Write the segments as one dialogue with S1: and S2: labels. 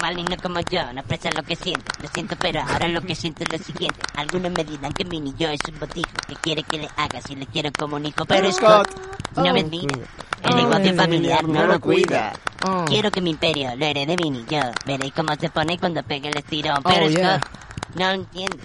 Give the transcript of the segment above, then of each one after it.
S1: maligno como yo, no expresa lo que siente. Lo siento, pero ahora lo que siento es lo siguiente. Algunos me dirán que mi niño es un botijo. que quiere que le haga si le quiero como un hijo? Pero Scott no me mira. El negocio familiar no lo cuida. Oh. Quiero que mi imperio lo herede mi niño. Veréis cómo se pone cuando pegue el estirón. Pero
S2: Oh, yeah.
S1: Scott no entiende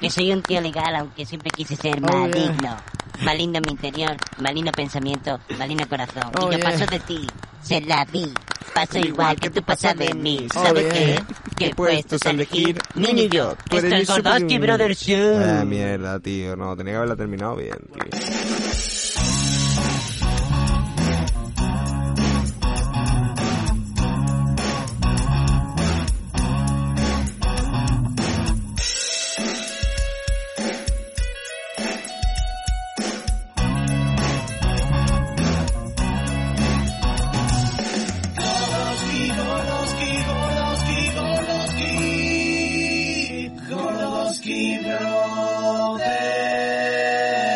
S1: que soy un tío legal, aunque siempre quise ser
S2: Oh, yeah.
S1: maligno. Maligno mi interior, maligno pensamiento, maligno corazón.
S2: Oh,
S1: y yo
S2: yeah.
S1: paso de ti, se la vi. Paso igual que tú pasas de mí.
S2: Oh,
S1: ¿Sabes
S2: yeah.
S1: qué? Que puestos a elegir. Este Mini yo.
S2: Tú eres
S1: Esto
S2: mi
S1: es Gordoski
S2: superior.
S1: Brothers Show.
S3: Ah, mierda, tío. No, tenía que haberla terminado bien, tío.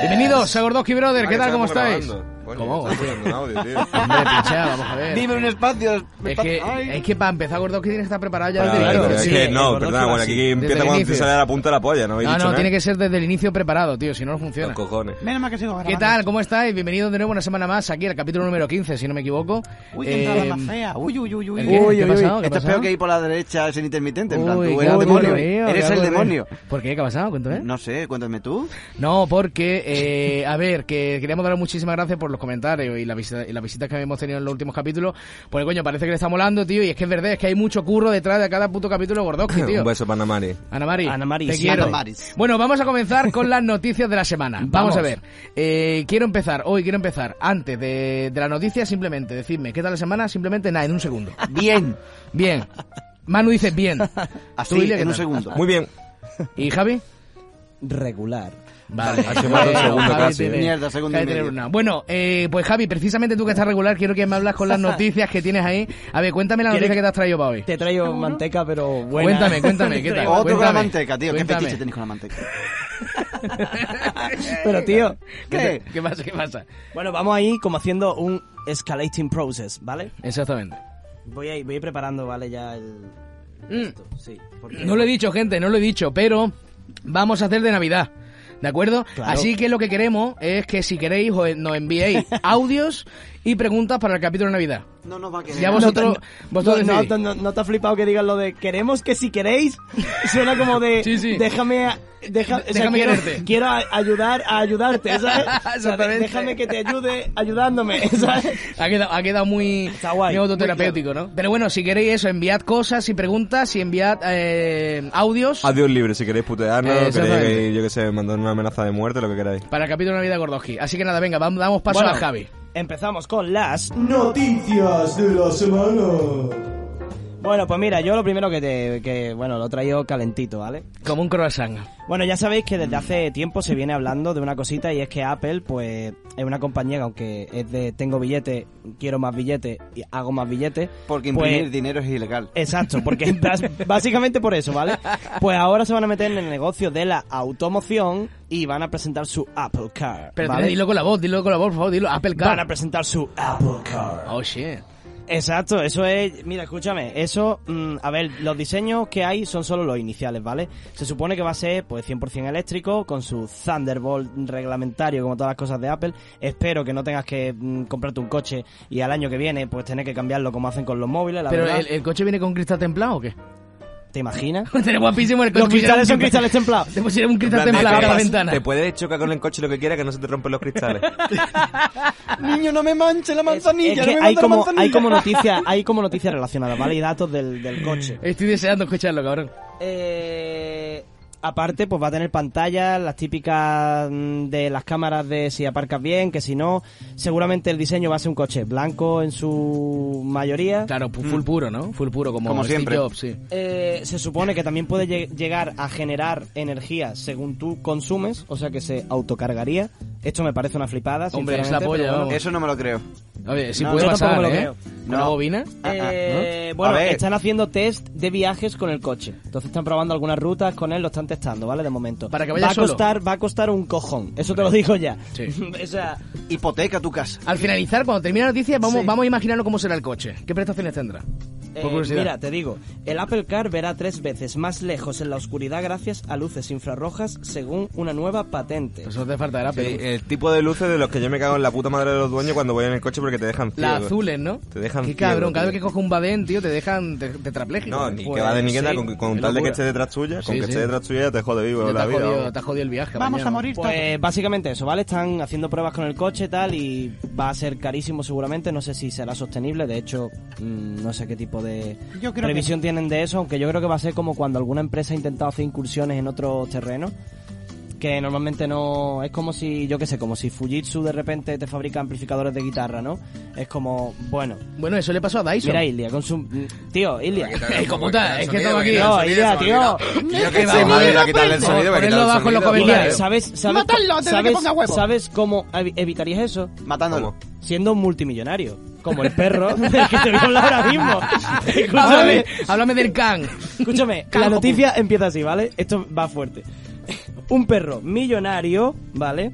S2: Bienvenidos a Gordoski Brother, ¿qué
S3: Ah,
S2: tal?
S3: que
S2: ¿Cómo
S3: estamos
S2: estáis?
S3: grabando. Coño,
S2: ¿Cómo?
S3: estamos grabando un audio, tío.
S2: Hombre, pinchea, vamos a ver.
S4: Dime un espacio.
S2: Es que, es que para empezar Gordoski tienes que estar preparado ya
S3: Ah,
S2: desde el
S3: vale,
S4: claro,
S3: pero es
S2: inicio.
S4: sí,
S3: que no,
S4: el
S3: perdón,
S4: Gordoski
S3: bueno,
S4: así.
S3: aquí empieza
S2: el
S3: cuando te
S2: inicio.
S3: sale la punta de la polla, no habéis dicho
S2: No,
S3: ¿eh?
S2: no,
S3: nada.
S2: tiene que ser desde el inicio preparado, tío, si no, no funciona.
S3: Los cojones.
S5: Menos mal que sigo
S2: ¿Qué
S5: grabando.
S2: tal? ¿Cómo estáis? Bienvenidos de nuevo una semana más aquí al capítulo número 15, si no me equivoco.
S5: Uy, qué
S2: Eh,
S5: entrada más fea. Uy, uy, uy, uy.
S2: ¿el qué?
S4: Uy,
S2: ¿Qué ha
S4: uy, uy.
S2: pasado? ¿Qué ha
S4: Esto es
S2: pasado?
S4: peor que ir por la derecha sin intermitente. En plan,
S2: uy,
S4: tú
S2: qué
S4: eres el
S2: algo
S4: demonio. ¿eh?
S2: veo, qué
S4: eres el
S2: algo veo. ¿Eh?
S4: demonio.
S2: ¿Por qué? ¿Qué ha pasado? Cuéntame.
S4: No sé, cuéntame tú.
S2: No, porque, eh, a ver, que queríamos daros muchísimas gracias por los comentarios y, la visita- y las visitas que hemos tenido en los últimos capítulos. Porque, coño, parece que le está molando, tío. Y es que es verdad, es que hay mucho curro detrás de cada puto capítulo Gordoski, tío.
S3: Un beso para Namari.
S2: Ana Mari,
S6: Ana Mari,
S2: te
S6: sí.
S2: quiero.
S4: Ana Maris.
S2: Bueno, vamos a comenzar con las noticias de la semana. Vamos,
S6: Vamos.
S2: a ver. Eh, quiero empezar, hoy quiero empezar, antes de, de la noticia, simplemente decidme, ¿qué tal la semana? Simplemente nada, en un segundo.
S4: Bien.
S2: Bien. Manu dice bien.
S4: Así,
S2: Tú dile qué
S4: en un
S2: tal.
S4: segundo.
S3: Muy bien.
S2: ¿Y Javi?
S6: regular.
S2: Vale,
S3: Ha quemado un segundo
S2: Javi
S3: casi,
S2: tiene-
S3: eh.
S4: Mierda, segundo y
S2: Javi tiene
S4: medio.
S2: una. Bueno, eh, pues Javi, precisamente tú que estás regular, quiero que me hablas con las noticias que tienes ahí. A ver, cuéntame la
S6: ¿Quieres
S2: noticia que te has traído para hoy.
S6: Te traigo manteca, pero buena.
S2: Cuéntame, cuéntame, ¿qué tal?
S4: Otro con la
S2: Cuéntame.
S4: manteca, tío. ¿Qué
S2: Cuéntame.
S4: fetiche tenéis con la manteca?
S6: Pero tío,
S4: ¿Qué?
S2: ¿Qué pasa? ¿Qué pasa?
S6: bueno, vamos ahí como haciendo un escalating process, ¿vale?
S2: Exactamente.
S6: Voy a ir, voy a ir preparando, ¿vale? Ya el... esto, sí. porque-
S2: No lo he dicho, gente, no lo he dicho, pero vamos a hacer de Navidad. ¿De acuerdo?
S6: Claro.
S2: Así que lo que queremos es que si queréis os- nos enviéis audios y preguntas para el capítulo de Navidad.
S4: No nos va a querer.
S2: Ya vosotros, vosotros
S6: no,
S2: decidís.
S6: no, no- no te ha flipado que digas lo de queremos que si queréis suena como de
S2: Sí, sí.
S6: déjame a- deja- o sea,
S2: Déjame
S6: quiero,
S2: quererte.
S6: quiero a- ayudar a ayudarte ¿sabes? O sea,
S2: Exactamente.
S6: déjame que te ayude ayudándome ¿sabes?
S2: Ha quedado, ha quedado muy,
S6: Está guay,
S2: muy autoterapéutico, ¿no? Pero bueno, si queréis eso, enviad cosas y preguntas y enviad eh, audios
S3: Adiós libre, si queréis putearnos,
S2: Eh,
S3: queréis,
S2: exactamente.
S3: yo que sé, mandar una amenaza de muerte, lo que queráis.
S2: para el capítulo de Navidad Gordoski. Así que nada, venga, vamos, damos paso
S6: Bueno,
S2: a Javi.
S6: Empezamos con las noticias de la semana. Bueno, pues mira, yo lo primero que te. que bueno, lo traigo calentito, ¿vale?
S2: Como un croissant.
S6: Bueno, ya sabéis que desde hace tiempo se viene hablando de una cosita y es que Apple, pues, es una compañía que aunque es de tengo billete, quiero más billete y hago más billete.
S4: Porque
S6: pues,
S4: imprimir dinero es ilegal.
S6: Exacto, porque bas- básicamente por eso, ¿vale? Pues ahora se van a meter en el negocio de la automoción y van a presentar su Apple Car.
S2: Pero
S6: ¿vale?
S2: dilo con la voz, dilo con la voz, por favor, dilo. Apple
S6: Van a
S2: Car.
S6: presentar su Apple Car.
S2: Oh, shit.
S6: Exacto, eso es. Mira, escúchame, eso. mm, a ver, los diseños que hay son solo los iniciales, ¿vale? Se supone que va a ser pues 100% eléctrico, con su Thunderbolt reglamentario, como todas las cosas de Apple. Espero que no tengas que mm, comprarte un coche y al año que viene, pues tener que cambiarlo como hacen con los móviles, la
S2: ¿Pero
S6: verdad.
S2: el, el coche viene con cristal templado o qué?
S6: ¿Te imaginas?
S2: Tiene guapísimo el coche.
S6: los cristales son
S2: pusieron un
S6: cristales templados.
S2: Te pusieron un cristal
S3: En plan,
S2: templado
S3: te
S2: a la
S3: puedes-
S2: ventana.
S3: Te puedes chocar con el coche lo que quieras, que no se te rompen los cristales.
S4: Niño, no me manche la manzanilla.
S6: Es que hay como, hay como noticias, hay como noticias relacionadas, ¿vale? Y datos del, del coche.
S2: Estoy deseando escucharlo, cabrón.
S6: Eh, Aparte, pues va a tener pantallas, las típicas mm, de las cámaras de si aparcas bien, que si no. Seguramente el diseño va a ser un coche blanco en su mayoría.
S2: Claro, pu-
S6: Mm.
S2: full puro, ¿no? Full puro, como,
S4: Como
S2: Steve
S4: siempre.
S2: Jobs, sí.
S6: Eh, se supone que también puede lle- llegar a generar energía según tú consumes, o sea que se autocargaría. Esto me parece una flipada.
S2: Hombre, es
S6: sinceramente,
S2: la polla,
S6: pero bueno.
S2: vamos.
S4: Eso no me lo creo.
S2: Oye, sí
S6: No,
S2: puede
S6: yo tampoco
S2: pasar,
S6: me lo
S2: ¿eh?
S6: creo.
S2: ¿Una
S4: No.
S2: bobina?
S6: Eh,
S4: ¿no?
S6: Bueno,
S4: A ver.
S6: están haciendo test de viajes con el coche. Entonces están probando algunas rutas con él, lo están testando, ¿vale? De momento.
S2: Para que vaya
S6: va a
S2: solo.
S6: costar, Va a costar un cojón. Eso te lo digo ya.
S2: Sí.
S6: o sea,
S4: Hipoteca tu casa.
S2: Al finalizar, cuando termine la noticia, vamos, vamos a imaginarnos cómo será el coche. ¿Qué prestaciones tendrá?
S6: eh,
S2: Por curiosidad.
S6: mira, te digo, el Apple Car verá tres veces más lejos en la oscuridad gracias a luces infrarrojas según una nueva patente.
S2: Pues eso te falta era,
S3: Sí, eh,
S2: pero...
S3: el tipo de luces de los que yo me cago en la puta madre de los dueños cuando voy en el coche porque te dejan ciego.
S2: Las azules, ¿no?
S3: Te dejan
S2: Qué
S3: ciego,
S2: cabrón, cada
S3: tío.
S2: vez que coge un badén, tío, te dejan te- tetrapléjico.
S3: No, ni
S2: Pues,
S3: que va de ni que nada,
S2: sí,
S3: con, con
S2: qué
S3: tal de que
S2: locura.
S3: esté detrás tuya, con
S2: Sí,
S3: que
S2: sí.
S3: esté detrás tuya ya te jode vivo
S2: Ya Te
S3: la
S2: has
S3: vida.
S2: jodido,
S3: vamos.
S2: te has jodido el viaje.
S5: Vamos a
S2: mañana.
S5: morir. todos.
S6: Pues básicamente eso, ¿vale? Están haciendo pruebas con el coche tal y va a ser carísimo seguramente, no sé si será sostenible, de hecho mm, no sé qué tipo de
S5: Yo creo que
S6: previsión tienen de eso, aunque yo creo que va a ser como cuando alguna empresa ha intentado hacer incursiones en otro terreno, que normalmente no es como si, yo qué sé, como si Fujitsu de repente te fabrica amplificadores de guitarra, ¿no? Es como, bueno,
S2: Bueno, eso le pasó a Dyson.
S6: mira Ilia con su mm, tío, Ilia.
S2: Eh, computa, es que estaba aquí.
S6: No, Ilia, tío.
S3: Que se me olvidó quitarle el sonido, voy a
S2: Ponerlo
S3: quitarle el
S2: abajo en
S3: sonido.
S2: los comentarios.
S6: Ilia, ¿sabes, sabes,
S5: Matadlo antes de que
S6: sabes,
S5: ponga huevo.
S6: ¿Sabes cómo evi- evitarías eso?
S4: Matándolo.
S6: siendo un multimillonario. Como el perro del que te voy a hablar ahora mismo. Escúchame,
S2: Háblame, háblame del can.
S6: escúchame. La noticia empieza así, ¿vale? Esto va fuerte. Un perro millonario, ¿vale?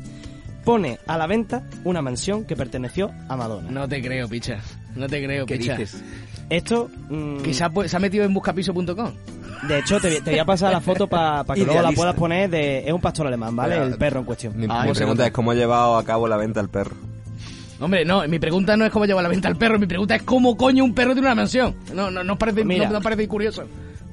S6: Pone a la venta una mansión que perteneció a Madonna.
S2: No te creo, picha. No te creo,
S4: ¿Qué
S2: picha.
S4: dices?
S6: Esto, mm,
S2: Que se ha, pu- se ha metido en buscapiso.com.
S6: de hecho, te, te voy a pasar la foto para que luego la
S4: Idealista.
S6: puedas poner de... Es un pastor alemán, ¿vale?
S3: Vale,
S6: El perro en cuestión.
S3: Mi,
S2: Ah,
S3: mi
S2: no sé
S3: pregunta
S2: cómo-
S3: es cómo ha llevado a cabo la venta al perro.
S2: Hombre, no, mi pregunta no es cómo lleva a la venta al perro, mi pregunta es cómo coño un perro tiene una mansión. No, no, no os parece,
S6: Pues Mira.
S2: no, no os parece curioso.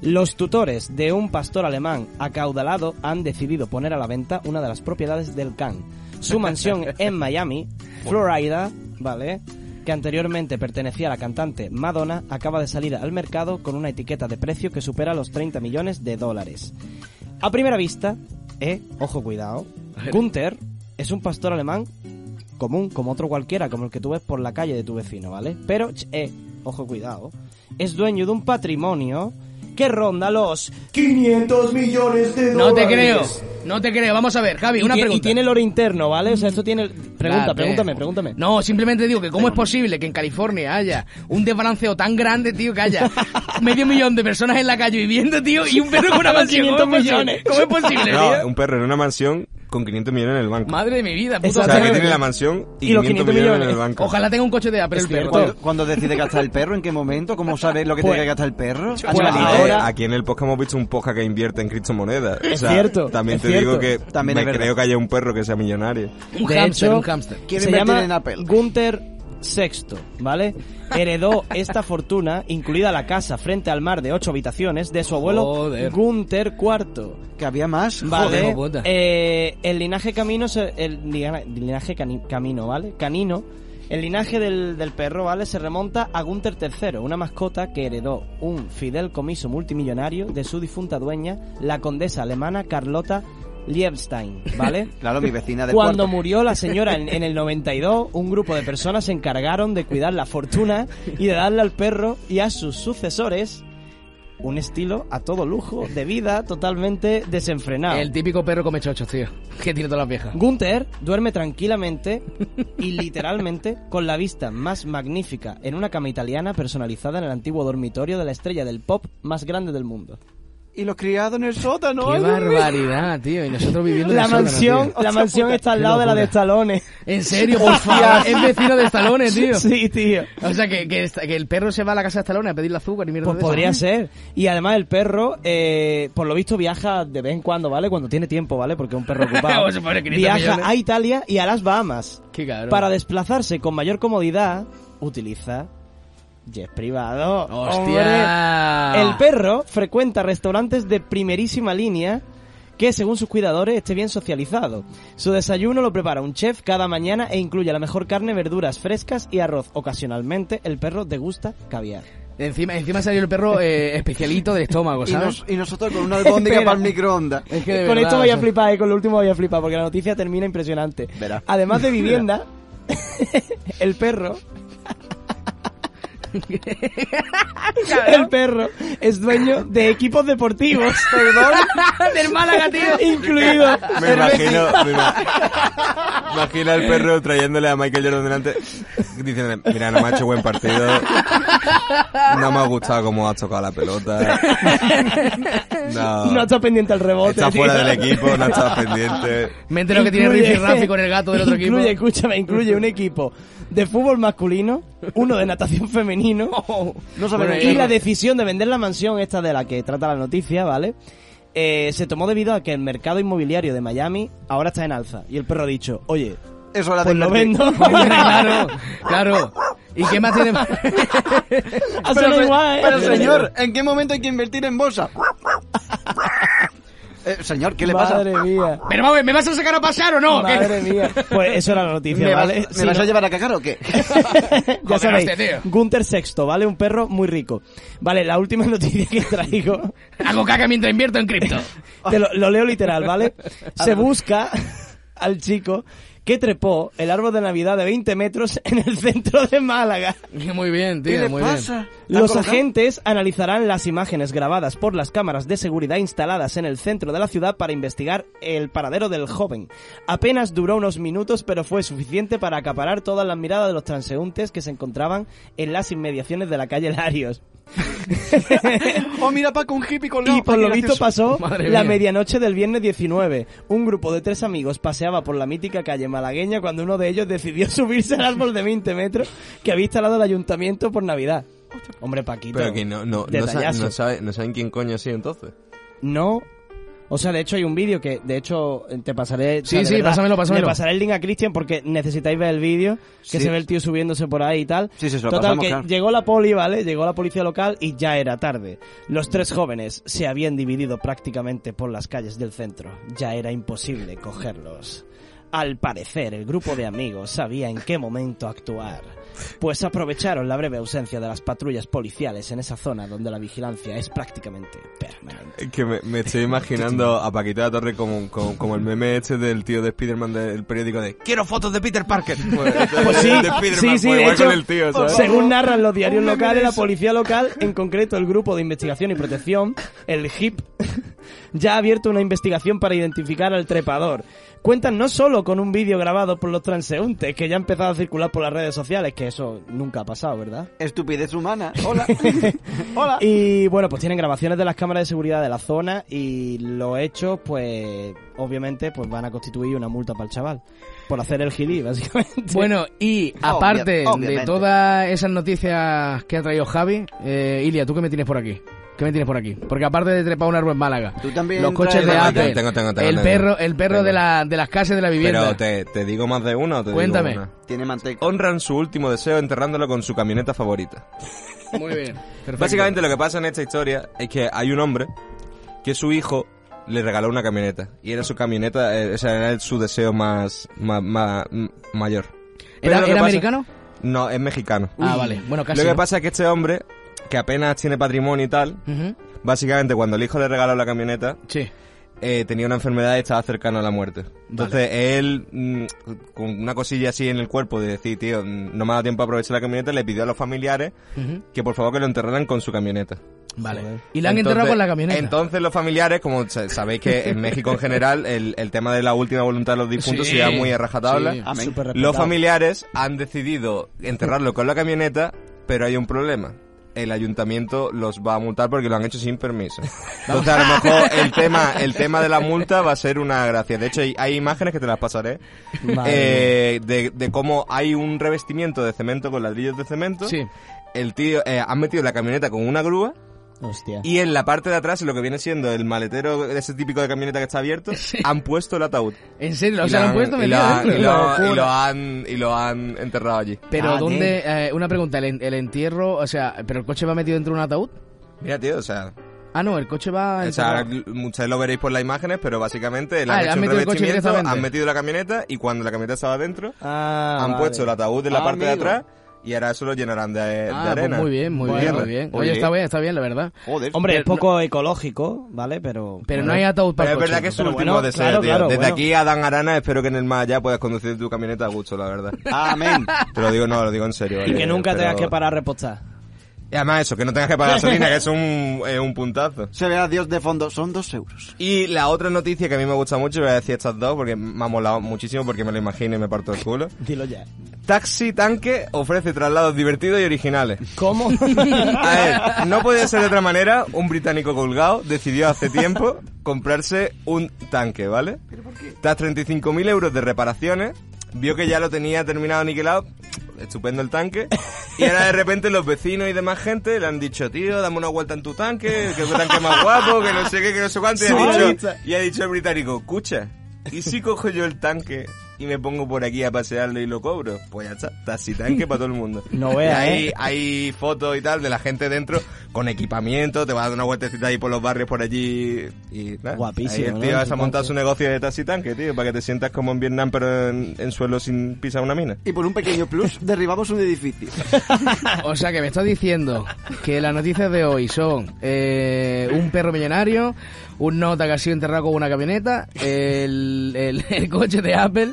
S6: Los tutores de un pastor alemán acaudalado han decidido poner a la venta una de las propiedades del can. Su mansión en Miami, Florida, ¿vale? Que anteriormente pertenecía a la cantante Madonna, acaba de salir al mercado con una etiqueta de precio que supera los 30 millones de dólares. A primera vista, eh, ojo cuidado, Gunther es un pastor alemán común, como otro cualquiera, como el que tú ves por la calle de tu vecino, ¿vale? Pero, ch, eh, ojo cuidado, es dueño de un patrimonio que ronda los 500 millones de
S2: No
S6: dólares.
S2: te creo, no te creo. Vamos a ver, Javi,
S6: Y,
S2: una
S6: tie- y
S2: pregunta.
S6: tiene el oro interno, ¿vale? O sea, esto tiene... el- Pregunta,
S2: Date.
S6: pregúntame, pregúntame.
S2: No, simplemente digo que cómo es posible que en California haya un desbalanceo tan grande, tío, que haya medio millón de personas en la calle viviendo, tío, y un perro con una mansión. ¿Cómo es posible?
S6: 500 millones.
S2: ¿Cómo es posible,
S3: No,
S2: tío?
S3: un perro en una mansión con 500 millones en el banco.
S2: Madre de mi vida, puto.
S3: o sea, que
S6: Exactamente.
S3: tiene la mansión y,
S6: Y los
S3: 500 millones,
S6: 500
S3: en el
S6: millones.
S3: banco.
S2: Ojalá tenga un coche de Apple el perro.
S4: ¿Cuándo, cuándo decide gastar el perro? ¿En qué momento? ¿Cómo sabe lo que
S6: Pues-
S4: tiene que gastar el perro?
S6: Pues
S4: Animalito.
S3: Eh,
S6: ahora-
S3: aquí en el podcast hemos visto un podcast que invierte en criptomonedas. O
S6: Es
S3: sea,
S6: cierto,
S3: También
S6: es
S3: te digo
S6: cierto.
S3: que
S4: También
S3: me
S4: es verdad.
S3: creo que haya un perro que sea millonario.
S2: Un
S6: De
S2: hámster,
S6: hecho,
S2: un hámster.
S4: Quiero
S6: se
S4: invertir
S6: llama
S4: en Apple.
S6: Gunther VI, ¿vale? Heredó esta fortuna, incluida la casa frente al mar de ocho habitaciones, de su abuelo
S2: Joder.
S6: Gunther IV.
S4: Que había más.
S6: Vale,
S2: hijo puta.
S6: eh, el linaje camino, se- el lina- linaje cani- camino, ¿vale? Canino. El linaje del, del perro, ¿vale? Se remonta a Gunther III, una mascota que heredó un fidel comiso multimillonario de su difunta dueña, la condesa alemana Carlota Liebstein, ¿vale?
S4: Claro, mi vecina del
S6: Cuando
S4: cuarto.
S6: murió la señora en, en el 92, un grupo de personas se encargaron de cuidar la fortuna y de darle al perro y a sus sucesores un estilo a todo lujo de vida totalmente desenfrenado.
S2: El típico perro come chochos, tío. Que tiene todas las viejas.
S6: Gunther duerme tranquilamente y literalmente con la vista más magnífica en una cama italiana personalizada en el antiguo dormitorio de la estrella del pop más grande del mundo.
S4: Y los criados en el sótano.
S2: Qué
S4: ay, Dios mío.
S2: barbaridad, tío. Y nosotros viviendo en
S6: La
S2: el sótano,
S6: mansión,
S2: tío.
S6: la mansión está al
S2: Qué
S6: lado de la de
S2: locura.
S6: Stallone.
S2: En serio, por favor. Es vecino de Stallone, tío.
S6: Sí, tío.
S2: O sea, que, que, esta- que el perro se va a la casa de Stallone a pedirle azúcar y mierda
S6: Pues
S2: de esa.
S6: podría ser. Y además el perro, eh, por lo visto, viaja de vez en cuando, ¿vale? Cuando tiene tiempo, ¿vale? Porque es un perro ocupado.
S2: Se pone 500
S6: viaja
S2: millones.
S6: a Italia y a las Bahamas.
S2: Qué cabrón.
S6: Para desplazarse con mayor comodidad, utiliza jet privado.
S2: ¡Hostia!
S6: Hombre. El perro frecuenta restaurantes de primerísima línea que, según sus cuidadores, esté bien socializado. Su desayuno lo prepara un chef cada mañana e incluye la mejor carne, verduras frescas y arroz. Ocasionalmente, el perro degusta caviar.
S2: Encima, encima salió el perro eh, especialito del estómago,
S4: Y,
S2: ¿sabes?
S4: nos- y nosotros con una albóndiga
S6: Espera.
S4: para el microondas.
S2: Es que de
S6: con
S2: verdad,
S6: esto
S2: o
S6: voy a
S2: sea,
S6: flipar, eh, con lo último voy a flipar, porque la noticia termina impresionante.
S4: Verá.
S6: Además de vivienda, el perro. el perro es dueño de equipos deportivos. Perdón. Del Málaga, tío. Incluido.
S3: Me
S6: el Betis.
S3: imagino, me ima- imagino al perro trayéndole a Michael Jordan delante, diciéndole, mira, no me ha hecho buen partido, no me ha gustado cómo has tocado la pelota, no,
S4: Ah,
S6: No está pendiente al rebote.
S3: está
S6: tío.
S3: fuera del equipo, no está pendiente.
S2: Me entero que tiene
S6: Incluye-
S2: Riffy Rafi con el gato del otro
S6: Incluye,
S2: equipo.
S6: escúchame, incluye un equipo de fútbol masculino, uno de natación femenino,
S4: Oh, No sabemos
S2: Bueno,
S6: y
S4: quién
S6: la
S4: es.
S6: decisión de vender la mansión, esta de la que trata la noticia, ¿vale? Eh, se tomó debido a que el mercado inmobiliario de Miami ahora está en alza. Y el perro ha dicho, oye,
S4: Eso era de
S6: pues lo
S4: invertir.
S6: vendo.
S2: claro, claro. ¿Y qué más tiene?
S6: Ha
S4: Pero,
S6: sonado
S4: se-
S6: igual, ¿eh?
S4: pero, señor, ¿en qué momento hay que invertir en bolsa? Eh, señor, ¿qué le pasa?
S6: Madre mía.
S2: Pero vamos, a ver, ¿me vas a sacar a pasar o no? ¿Qué?
S6: Madre mía. Pues eso era la noticia,
S4: ¿Me, vas,
S6: ¿vale?
S4: me
S6: Si
S4: vas
S6: no-
S4: a llevar a cagar o qué?
S6: ya
S2: Joder,
S6: sabéis,
S2: hostia, tío.
S6: Gunter Sexto, ¿vale? Un perro muy rico. Vale, la última noticia que traigo
S2: Hago caca mientras invierto en cripto.
S6: Te lo, lo leo literal, ¿vale? Se busca al chico que trepó el árbol de Navidad de 20 metros en el centro de Málaga.
S2: Muy bien, tío,
S4: ¿Qué le
S2: muy
S4: pasa? ¿La
S6: Los
S4: colocamos?
S6: agentes analizarán las imágenes grabadas por las cámaras de seguridad instaladas en el centro de la ciudad para investigar el paradero del joven. Apenas duró unos minutos, pero fue suficiente para acaparar todas las miradas de los transeúntes que se encontraban en las inmediaciones de la calle Larios.
S4: Oh, mira, Paco, un hippie con
S6: Y por lo visto pasó
S2: Madre
S6: la
S2: mía.
S6: medianoche del viernes 19. Un grupo de tres amigos paseaba por la mítica calle malagueña cuando uno de ellos decidió subirse al árbol de 20 metros que había instalado el ayuntamiento por Navidad. Hombre, Paquito.
S3: Pero que no, no, no, sa-
S6: detallazo.
S3: no sabe- no saben quién coño ha sido entonces.
S6: No. O sea, de hecho hay un vídeo que, de hecho, te pasaré... o sea,
S2: Sí,
S6: de
S2: sí,
S6: verdad,
S2: pásamelo, pásamelo.
S6: Le pasaré el link a Cristian porque necesitáis ver el vídeo, que
S4: Sí.
S6: se ve el tío subiéndose por ahí y tal.
S4: Sí, sí, se lo
S6: Total,
S4: pasamos,
S6: que
S4: claro.
S6: llegó la poli, ¿vale? Llegó la policía local y ya era tarde. Los tres jóvenes se habían dividido prácticamente por las calles del centro. Ya era imposible cogerlos. Al parecer, el grupo de amigos sabía en qué momento actuar, pues aprovecharon la breve ausencia de las patrullas policiales en esa zona donde la vigilancia es prácticamente permanente.
S3: Es que me, me estoy imaginando a Paquito de la Torre como, como, como el meme este del tío de Spiderman del periódico de ¡Quiero fotos de Peter Parker! Pues,
S6: Pues sí,
S3: de Spiderman,
S6: sí, sí,
S3: pues
S6: de
S3: igual
S6: hecho,
S3: con el tío, ¿sabes?
S6: según narran los diarios
S4: Un meme
S6: locales,
S4: de
S6: la
S4: eso.
S6: policía local, en concreto el grupo de investigación y protección, el HIP, ya ha abierto una investigación para identificar al trepador. Cuentan no solo con un vídeo grabado por los transeúntes, que ya ha empezado a circular por las redes sociales, que eso nunca ha pasado, ¿verdad?
S4: Estupidez humana. Hola. Hola.
S6: Y bueno, pues tienen grabaciones de las cámaras de seguridad de la zona y los hechos, pues obviamente, pues van a constituir una multa para el chaval. Por hacer el gilí, básicamente.
S2: Bueno, y aparte de
S4: obviamente.
S2: todas esas noticias que ha traído Javi, eh, Ilia, ¿tú qué me tienes por aquí? ¿Qué me tienes por aquí? Porque aparte de trepar un árbol en Málaga,
S4: Tú también
S2: los coches
S4: traes-
S2: de
S3: Tengo,
S2: Apple,
S3: tengo, tengo, tengo,
S2: el
S3: tengo.
S2: perro, el perro
S3: Tengo.
S2: de, la- de las casas de la vivienda.
S3: Pero te, te digo más de uno o te digo
S2: Cuéntame.
S3: una?
S4: Tiene manteca.
S3: Honran su último deseo enterrándolo con su camioneta favorita.
S2: Muy bien. perfecto.
S3: Básicamente lo que pasa en esta historia es que hay un hombre que su hijo le regaló una camioneta. Y era su camioneta, eh, o sea, era su deseo más, ma- ma- m- mayor. Pero
S2: ¿Era,
S3: lo que
S2: era
S3: pasa-
S2: americano?
S3: No, es mexicano.
S2: Ah, vale. Bueno, casi.
S3: lo que
S2: ¿no?
S3: pasa es que este hombre, que apenas tiene patrimonio y tal,
S2: Ujú.
S3: básicamente cuando el hijo le regaló la camioneta,
S2: Sí.
S3: eh, tenía una enfermedad y estaba cercano a la muerte. Entonces él, mm, con una cosilla así en el cuerpo de decir, tío, mm, no me ha dado tiempo a aprovechar la camioneta, le pidió a los familiares
S2: Ujú.
S3: que por favor que lo enterraran con su camioneta.
S2: Vale.
S6: Joder.
S2: Y la
S3: Entonces-
S2: han enterrado con la camioneta.
S3: Entonces los familiares, como sa- sabéis que en México en general el, el tema de la última voluntad de los difuntos
S2: Sí.
S3: se lleva muy a rajatabla,
S2: Sí.
S4: Amén.
S6: Ah, Súper
S3: los
S6: respetable.
S3: familiares han decidido enterrarlo con la camioneta, pero hay un problema. El ayuntamiento los va a multar porque lo han hecho sin permiso. Entonces a lo mejor el tema, el tema de la multa va a ser una gracia. De hecho hay, hay imágenes que te las pasaré
S6: Madre
S3: eh, de, de cómo hay un revestimiento de cemento con ladrillos de cemento.
S2: Sí.
S3: El tío eh, han metido la camioneta con una grúa.
S6: Hostia.
S3: Y en la parte de atrás, lo que viene siendo el maletero ese típico de camioneta que está abierto, han puesto el ataúd.
S2: En serio,
S3: Y
S2: o sea,
S3: la
S2: lo han puesto
S3: y lo
S2: metido
S3: han-
S2: dentro.
S3: y lo-
S2: Locura.
S3: y lo han y lo han enterrado allí.
S2: Pero
S6: Ah,
S2: dónde, eh, una pregunta, el, en- el entierro, o sea, pero el coche va metido dentro de un ataúd?
S3: Mira, tío, o sea,
S2: Ah, no, el coche va
S3: o sea,
S2: enterrado.
S3: ustedes lo veréis por las imágenes, pero básicamente le
S2: Ah,
S3: han
S2: le
S3: hecho
S2: han
S3: un
S2: metido el coche
S3: revestimiento,
S2: directamente.
S3: han metido la camioneta y cuando la camioneta estaba dentro,
S6: Ah,
S3: han
S6: vale.
S3: puesto el ataúd en la
S4: Ah,
S3: parte de
S4: amigo.
S3: atrás Y ahora eso lo llenarán de, de
S2: Ah, pues
S3: arena.
S2: muy bien, muy bien,
S3: ¿Entiendes?
S2: muy bien.
S4: Oye.
S2: Oye, está bien, está bien, la verdad.
S4: Joder.
S6: Hombre, es
S2: Pero-
S6: poco ecológico, ¿vale? Pero.
S2: Pero
S6: bueno.
S2: no hay ataúd para
S3: Pero es
S2: el
S3: verdad que
S2: coche,
S3: es su
S2: ¿no?
S6: pero
S3: último
S6: bueno,
S3: deseo,
S6: claro,
S3: tío.
S6: claro,
S3: Desde
S6: bueno.
S3: aquí, Adán Arana, espero que en el más allá puedas conducir tu camioneta a gusto, la verdad.
S4: Amén.
S3: Te lo digo, no, lo digo en serio.
S6: Y que
S3: oye,
S6: nunca
S3: pero-
S6: tengas que parar a repostar.
S3: Y además eso, que no tengas que pagar gasolina, que es un, eh, un puntazo.
S4: Se ve a Dios de fondo. Son dos euros.
S3: Y la otra noticia que a mí me gusta mucho, voy a decir estas dos porque me ha molado muchísimo porque me lo imagino y me parto el culo.
S6: Dilo ya.
S3: Taxi Tanque ofrece traslados divertidos y originales.
S6: ¿Cómo?
S3: A ver, no podía ser de otra manera, un británico colgado decidió hace tiempo comprarse un tanque, ¿vale? Tras 35.000 euros de reparaciones, vio que ya lo tenía terminado aniquilado, estupendo el tanque, y ahora de repente los vecinos y demás gente le han dicho, tío, dame una vuelta en tu tanque, que tu tanque es más guapo, que no sé qué, que no sé cuánto, y ha dicho, y ha dicho el británico, escucha, ¿y si cojo yo el tanque? Y me pongo por aquí a pasearlo y lo cobro. Pues ya está, taxi tanque para todo el mundo.
S6: No veas,
S3: Y ahí
S6: ¿eh?
S3: hay fotos y tal de la gente dentro con equipamiento, te vas a dar una vueltecita ahí por los barrios por allí y nada. Ahí
S6: Guapísimo,
S3: el
S6: ¿no?
S3: tío vas a
S6: Tanque.
S3: montar su negocio de taxi tanque, tío, para que te sientas como en Vietnam pero en, en suelo sin pisar una mina.
S4: Y por un pequeño plus derribamos un edificio.
S2: O sea que me estás diciendo que las noticias de hoy son eh, un perro millonario, un nota que ha sido enterrado con una camioneta, el, el- el coche de Apple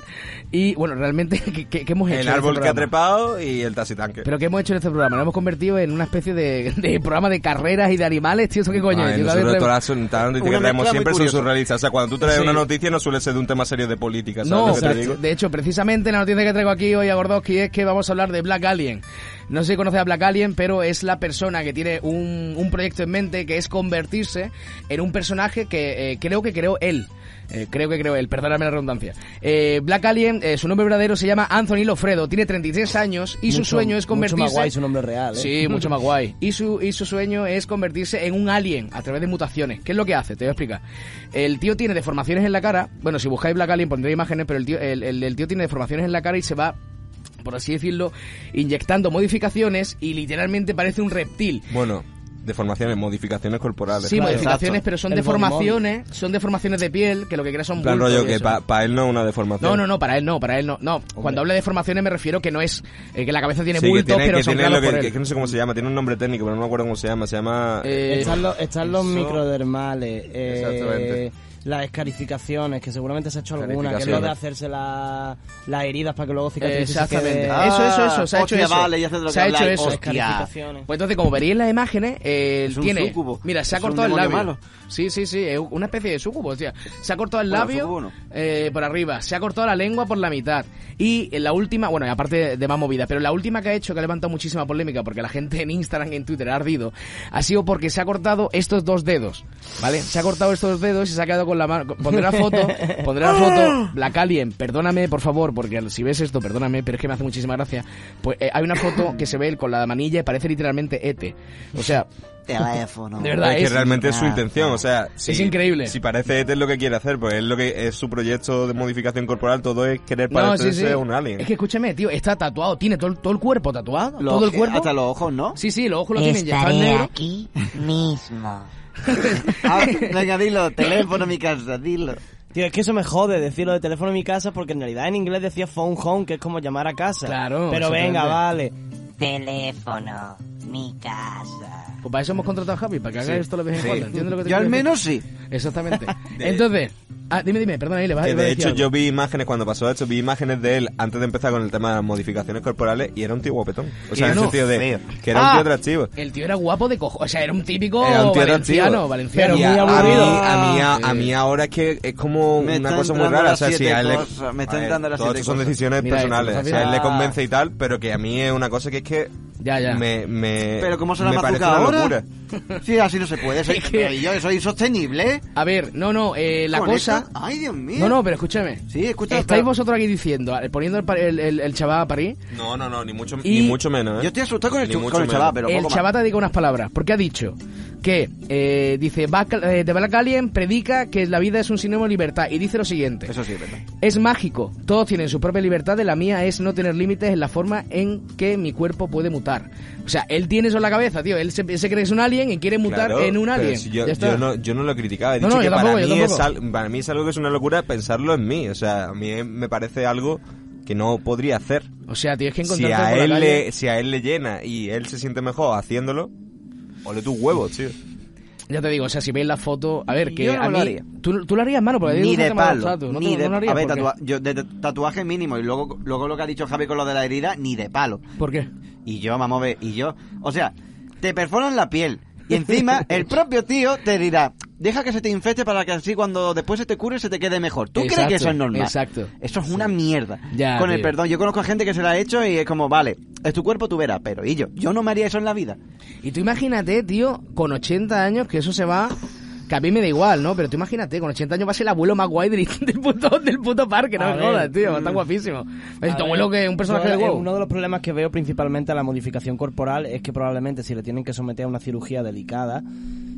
S2: y, bueno, realmente, ¿qué, qué- qué hemos hecho?
S3: El
S2: en
S3: árbol
S2: este
S3: que ha
S2: programa?
S3: trepado y el taxi tanque.
S2: ¿Pero qué hemos hecho en este programa? Lo hemos convertido en una especie de, de programa de carreras y de animales, tío. ¿Eso qué coño?
S3: Ay,
S2: Yo cada vez
S3: nosotros
S2: re-
S3: todas las todas las noticias
S4: Una
S3: que traemos
S4: mezcla
S3: siempre
S4: muy
S3: son
S4: curiosa.
S3: surrealistas. O sea, cuando tú traes
S2: Sí.
S3: una noticia no suele ser de un tema serio de política, ¿sabes
S2: No,
S3: lo que te
S2: exacto.
S3: digo?
S2: de hecho, precisamente la noticia que traigo aquí hoy a Gordoski es que vamos a hablar de Black Alien. No sé si conoces a Black Alien, pero es la persona que tiene un, un proyecto en mente que es convertirse en un personaje que eh, creo que creó él. Eh, creo que creo él, perdóname la redundancia. Eh, Black Alien, eh, su nombre verdadero se llama Anthony Lofredo, tiene 33 años y su
S6: Mucho-
S2: sueño es
S6: mucho más
S2: convertirse...
S6: guay su nombre real, ¿eh?
S2: Sí, mucho más guay. Y su, y su sueño es convertirse en un alien a través de mutaciones. ¿Qué es lo que hace? Te voy a explicar. El tío tiene deformaciones en la cara. Bueno, si buscáis Black Alien pondré imágenes, pero el tío, el, el- el tío tiene deformaciones en la cara y se va por así decirlo, inyectando modificaciones y literalmente parece un reptil.
S3: Bueno, deformaciones, modificaciones corporales.
S2: Sí,
S6: Claro,
S2: modificaciones,
S6: exacto.
S2: pero son
S6: El
S2: deformaciones, son deformaciones de piel, que lo que crea son
S3: En plan
S2: bultos
S3: rollo
S2: y
S3: que
S2: eso.
S3: para él no es una deformación.
S2: No, no, no, para él no, para él no. No, cuando hablo de deformaciones me refiero que no es eh, que la cabeza tiene
S3: Sí, que
S2: bultos,
S3: tiene,
S2: pero
S3: que
S2: son
S3: tiene lo
S2: creados
S3: que,
S2: por él.
S3: que- que no sé cómo se llama, tiene un nombre técnico, pero no me acuerdo cómo se llama. Se llama...
S2: Eh,
S6: Están los, están los microdermales, eh,
S3: Exactamente.
S6: las escarificaciones, que seguramente se ha hecho alguna, que es lo de
S3: Escarificaciones.
S6: hacerse la- las heridas para que luego cicatrices.
S2: Exactamente.
S4: Ah,
S2: eso, eso, eso. Se ha hecho
S4: hostia,
S2: eso.
S4: vale, ya sé de lo
S2: se
S4: que
S2: ha hecho
S4: habláis.
S2: eso.
S4: Hostia.
S2: Pues entonces, como veréis en las imágenes, eh,
S4: Es un
S2: tiene.
S4: súcubo.
S2: Mira, se ha
S4: Es un
S2: cortado el labio.
S4: demonio malo.
S2: Sí, sí, sí. Es una especie de súcubo, o sea, Se ha cortado el
S4: Bueno,
S2: labio
S4: súcubo no.
S2: eh, por arriba. Se ha cortado la lengua por la mitad. Y en la última, bueno, y aparte de más movida, pero la última que ha hecho que ha levantado muchísima polémica porque la gente en Instagram y en Twitter ha ardido, ha sido porque se ha cortado estos dos dedos. ¿Vale? Se ha cortado estos dedos y se ha quedado con la mano. Pondré la foto, pondré la foto. Black Alien, perdóname, por favor, porque si ves esto, perdóname, pero es que me hace muchísima gracia. Pues eh, hay una foto que se ve él con la manilla y parece literalmente Ete. O sea,
S4: Teléfono.
S2: de verdad,
S3: es que
S2: es,
S3: realmente es su
S4: ah,
S3: intención, o sea,
S2: increíble.
S3: Si parece Ete es lo que quiere hacer, pues es lo que es su proyecto de modificación corporal, todo es querer
S2: No,
S3: parecerse
S2: sí, sí.
S3: a un alien.
S2: Es que escúchame, tío, está tatuado, tiene todo, el- todo el cuerpo tatuado,
S4: Los-
S2: todo el cuerpo.
S4: Hasta los ojos, ¿no?
S2: Sí, sí, los ojos los tienen inyectados en
S1: Estaré
S2: negro.
S1: aquí mismo.
S4: Ah, venga, dilo. Teléfono, mi casa, dilo.
S6: Tío, es que eso me jode decirlo de teléfono en mi casa porque en realidad en inglés decía phone home, que es como llamar a casa.
S2: Claro,
S6: Pero venga,
S2: exactamente.
S6: vale.
S1: Teléfono, mi casa.
S2: Pues para eso hemos contratado a Javi, para que haga esto de vez en cuando. ¿Entiendes lo que te
S4: Yo al
S2: quiero decir?
S4: menos sí.
S2: Exactamente. Entonces, ah, dime, dime, perdona, ahí le vas
S3: Que
S2: le vas a
S3: de
S2: decir
S3: hecho
S2: algo.
S3: yo vi imágenes cuando pasó esto, vi imágenes de él antes de empezar con el tema de las modificaciones corporales y era un tío guapetón. O sea, en el
S2: no,
S3: sentido de que era un
S4: Ah.
S3: tío atractivo.
S2: El tío era guapo de cojo, o sea, era un típico
S3: Era un tío
S2: oh, valenciano,
S3: atractivo.
S2: valenciano.
S3: Y
S6: muy
S3: a, a
S6: aburrido.
S3: mí, a, mí, a,
S2: Sí.
S3: a mí ahora es que es como
S4: Me
S3: una
S4: está
S3: cosa muy
S4: entrando
S3: rara. O
S4: las
S3: sea, si
S4: siete
S3: a él le,
S4: cosas, me
S3: a
S4: está
S3: ver,
S4: entrando las
S3: todo
S4: siete
S3: esto son
S4: cosas.
S3: decisiones
S2: Mira,
S3: personales.
S2: esto,
S3: o sea, él le
S4: ah.
S3: convence y tal, pero que a mí es una cosa que es que
S2: Ah, Ya, ya.
S3: me, me,
S4: Pero ¿cómo se la
S3: me parece
S4: mazuca
S3: una
S4: ahora?
S3: locura.
S4: Sí, así no se puede. Soy,
S2: Es que-
S4: pero yo soy insostenible. ¿eh?
S2: A ver, no, no, eh, la
S4: Con
S2: cosa...
S4: esta- Ay, Dios mío.
S2: No, no, pero escúchame.
S4: Sí, escucha,
S2: Estáis
S4: pero-
S2: vosotros aquí diciendo, eh, poniendo el, pa- el, el- el chaval a París,
S3: No, no, no, ni mucho,
S2: Y-
S3: ni mucho menos. ¿eh?
S4: Yo estoy asustado con el,
S3: Ni
S4: chu-
S3: mucho
S4: con el
S3: menos.
S4: chaval, pero
S2: el
S4: poco más.
S2: chaval te ha dedicado unas palabras, porque ha dicho que, eh, dice, Bac- eh, de Black Alien predica que la vida es un sinónimo de libertad, y dice lo siguiente.
S4: Eso sí, es verdad.
S2: Es mágico, todos tienen su propia libertad, de la mía es no tener límites en la forma en que mi cuerpo puede mutar. O sea, él tiene eso en la cabeza, tío, él se, se cree que es un alien y quiere mutar
S3: Claro,
S2: en un
S3: pero
S2: alien.
S3: si yo,
S2: Ya está.
S3: yo no, yo no lo criticaba, he
S2: No,
S3: dicho
S2: no,
S3: que
S2: yo tampoco,
S3: para,
S2: yo
S3: mí es
S2: tampoco.
S3: al- para mí es algo que es una locura pensarlo en mí. O sea, a mí me parece algo que no podría hacer.
S2: O sea, tienes que
S3: Si
S2: encontrarte
S3: a,
S2: por la
S3: él
S2: calle.
S3: le, si a él le llena y él se siente mejor haciéndolo, ole tus huevos, tío.
S2: Ya te digo, o sea, si veis la foto, a ver, que
S4: Yo no
S2: a
S4: lo
S2: mí-
S4: haría.
S2: ¿tú, tú lo harías, mano, porque a ti
S4: Ni
S2: te
S4: de
S2: gustan más los
S4: palo.
S2: tatuajes, no
S4: ni
S2: te-
S4: de,
S2: no lo harías,
S4: a ver,
S2: ¿por qué?
S4: tatua- yo de de- tatuaje mínimo. Y luego, luego lo que ha dicho Javi con lo de la herida, ni de palo.
S2: ¿Por qué?
S4: Y yo, vamos a ver, y yo. O sea, te perforan la piel. Y encima, el propio tío te dirá, deja que se te infecte para que así cuando después se te cure se te quede mejor. ¿Tú crees que
S2: Exacto,
S4: eso es normal?
S2: exacto.
S4: Eso es una mierda.
S2: Ya,
S4: Con el
S2: tío.
S4: perdón, yo conozco a gente que se la ha hecho y es como, vale, es tu cuerpo, tú verás, pero y yo, yo no me haría eso en la vida.
S2: Y tú imagínate, tío, con 80 años, que eso se va... Que a mí me da igual, ¿no? Pero tú imagínate, con 80 años va a ser el abuelo más guay del, del puto, del puto parque, no
S6: A
S2: me
S6: ver,
S2: jodas, tío. Está
S6: mm.
S2: guapísimo.
S6: A
S2: Es tu
S6: ver,
S2: abuelo que es un personaje
S6: yo,
S2: de
S6: eh,
S2: huevo.
S6: Uno de los problemas que veo principalmente a la modificación corporal es que probablemente si le tienen que someter a una cirugía delicada,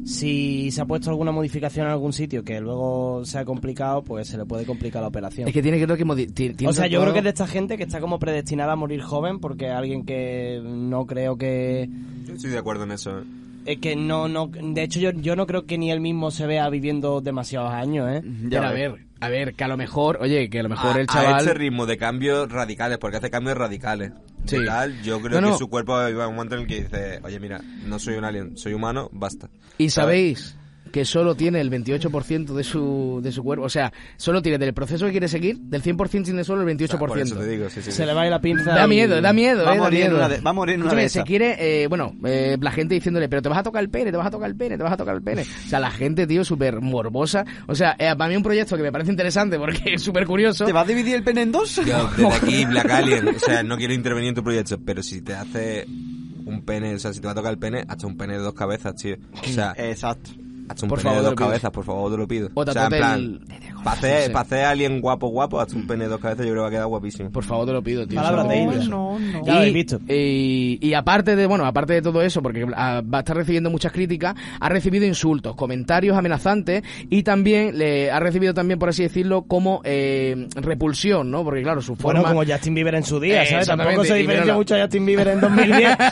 S6: si se ha puesto alguna modificación en algún sitio que luego sea complicado, pues se le puede complicar la operación.
S2: Es que tiene que... creo que modi- ti- tiene
S6: o sea, yo
S2: todo-
S6: creo que es de esta gente que está como predestinada a morir joven porque alguien que no creo que...
S3: Yo estoy de acuerdo en eso. ¿eh?
S6: Es que no, no... De hecho, yo, yo no creo que ni él mismo se vea viviendo demasiados años, ¿eh?
S4: Ya
S2: Pero a
S4: ves.
S2: ver, a ver, que a lo mejor... Oye, que a lo mejor
S6: Ah,
S3: a,
S2: el
S3: a
S2: chaval...
S3: este ritmo de cambios radicales, porque hace cambios radicales.
S2: Sí.
S3: De tal, yo creo
S2: No, no.
S3: que su cuerpo va a llegar un momento en el que dice, oye, mira, no soy un alien, soy humano, basta.
S2: Y
S3: ¿Sabes?
S2: sabéis que solo tiene el 28% de su, de su cuerpo. O sea, solo tiene del proceso que quiere seguir, del 100% tiene solo el
S3: O
S2: 28%.
S3: sea, por eso te digo, sí, sí,
S6: Se
S3: sí.
S6: le va a ir la pinza
S2: Da
S6: y-
S2: miedo, da miedo,
S4: Va a
S2: eh, da
S4: morir en
S2: miedo.
S4: una de- va a morir en una
S2: Escúchame,
S4: de
S2: se
S4: esas.
S2: quiere, eh, bueno, eh, la gente diciéndole, pero te vas a tocar el pene, te vas a tocar el pene, te vas a tocar el pene. O sea, la gente, tío, súper morbosa. O sea, eh, para mí un proyecto que me parece interesante porque es súper curioso.
S4: ¿Te vas a dividir el pene en dos?
S3: Yo, desde aquí, Black Alien, o sea, no quiero intervenir en tu proyecto, pero si te hace un pene, o sea, si te va a tocar el pene, hasta un pene de dos cabezas, tío. O sea,
S4: Exacto.
S3: hazte un
S2: Eh, Por
S3: pene
S2: favor,
S3: de
S2: te
S3: dos
S2: lo pido.
S3: cabezas, por favor, te lo pido.
S2: O
S3: O, sea, en
S2: tatuate
S3: plan,
S2: el-
S3: para
S2: no sé.
S3: hacer, pa' hacer alien guapo, guapo, hazte un pene de dos cabezas, yo creo que va a quedar guapísimo.
S2: Por favor, te lo pido, tío.
S6: Palabras
S2: Eso
S6: de
S2: es
S6: ellos.
S2: maravilloso.
S6: Ya lo habéis visto.
S2: Y, y aparte de, bueno, aparte de todo eso, porque ah, va a estar recibiendo muchas críticas, ha recibido insultos, comentarios amenazantes y también le ha recibido también, por así decirlo, como eh, repulsión, ¿no? Porque claro, su forma...
S6: Bueno, como Justin Bieber en su día,
S2: Eh,
S6: ¿sabes? Tampoco
S2: exactamente, y
S6: se diferencia
S2: míralo.
S6: mucho a Justin Bieber en 2010.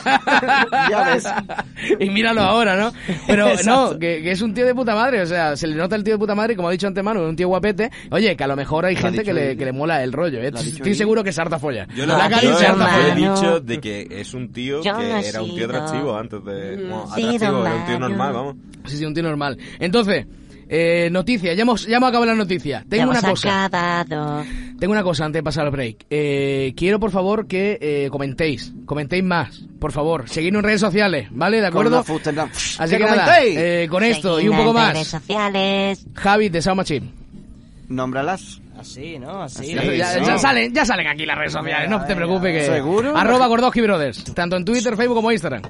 S4: Ya ves.
S2: y míralo ahora, ¿no? Pero
S6: Exacto.
S2: no, que, que es un tío de puta madre, o sea, se le nota el tío de puta madre, y como ha dicho antes Manu, es un tío guapete. Oye, que a lo mejor hay
S4: ha
S2: gente que
S4: dicho
S2: le,
S4: él.
S2: que le mola el rollo, ¿eh?
S4: Lo ha dicho
S2: Estoy
S4: él.
S2: seguro que se harta folla.
S3: Yo lo
S2: La
S3: yo
S2: Cali
S3: lo
S2: se harta
S1: mano.
S3: he
S2: folla.
S3: dicho de que es un tío
S1: Yo no he
S3: que era un tío
S1: sido. Mm.
S3: atractivo antes de... Bueno,
S1: Sí,
S3: atractivo,
S1: don
S3: era un
S1: Mario.
S3: tío normal, vamos.
S2: Sí, sí, un tío normal. Entonces, eh, noticia, ya hemos, ya hemos acabado la noticia. Tengo una
S1: hemos
S2: cosa.
S1: acabado.
S2: Tengo una cosa antes de pasar al break. Eh, quiero, por favor, que eh, comentéis. Comentéis más, por favor. Seguidnos en redes sociales, ¿vale? ¿De
S4: Con
S2: acuerdo?
S4: una fusta en la-
S2: Así que
S4: ¡Que
S2: nada,
S4: comentéis!
S2: eh, con esto y un
S1: Seguidnos
S2: poco
S1: en redes
S2: más.
S1: sociales.
S2: Javi de Sound Machine.
S4: Nómbralas.
S6: Así, ¿no? Así.
S2: Ya- ya, ya salen, ya salen aquí las redes sociales, no te preocupes que...
S4: ¿Seguro?
S2: Arroba Gordoski Brothers, tanto en Twitter, Facebook como Instagram.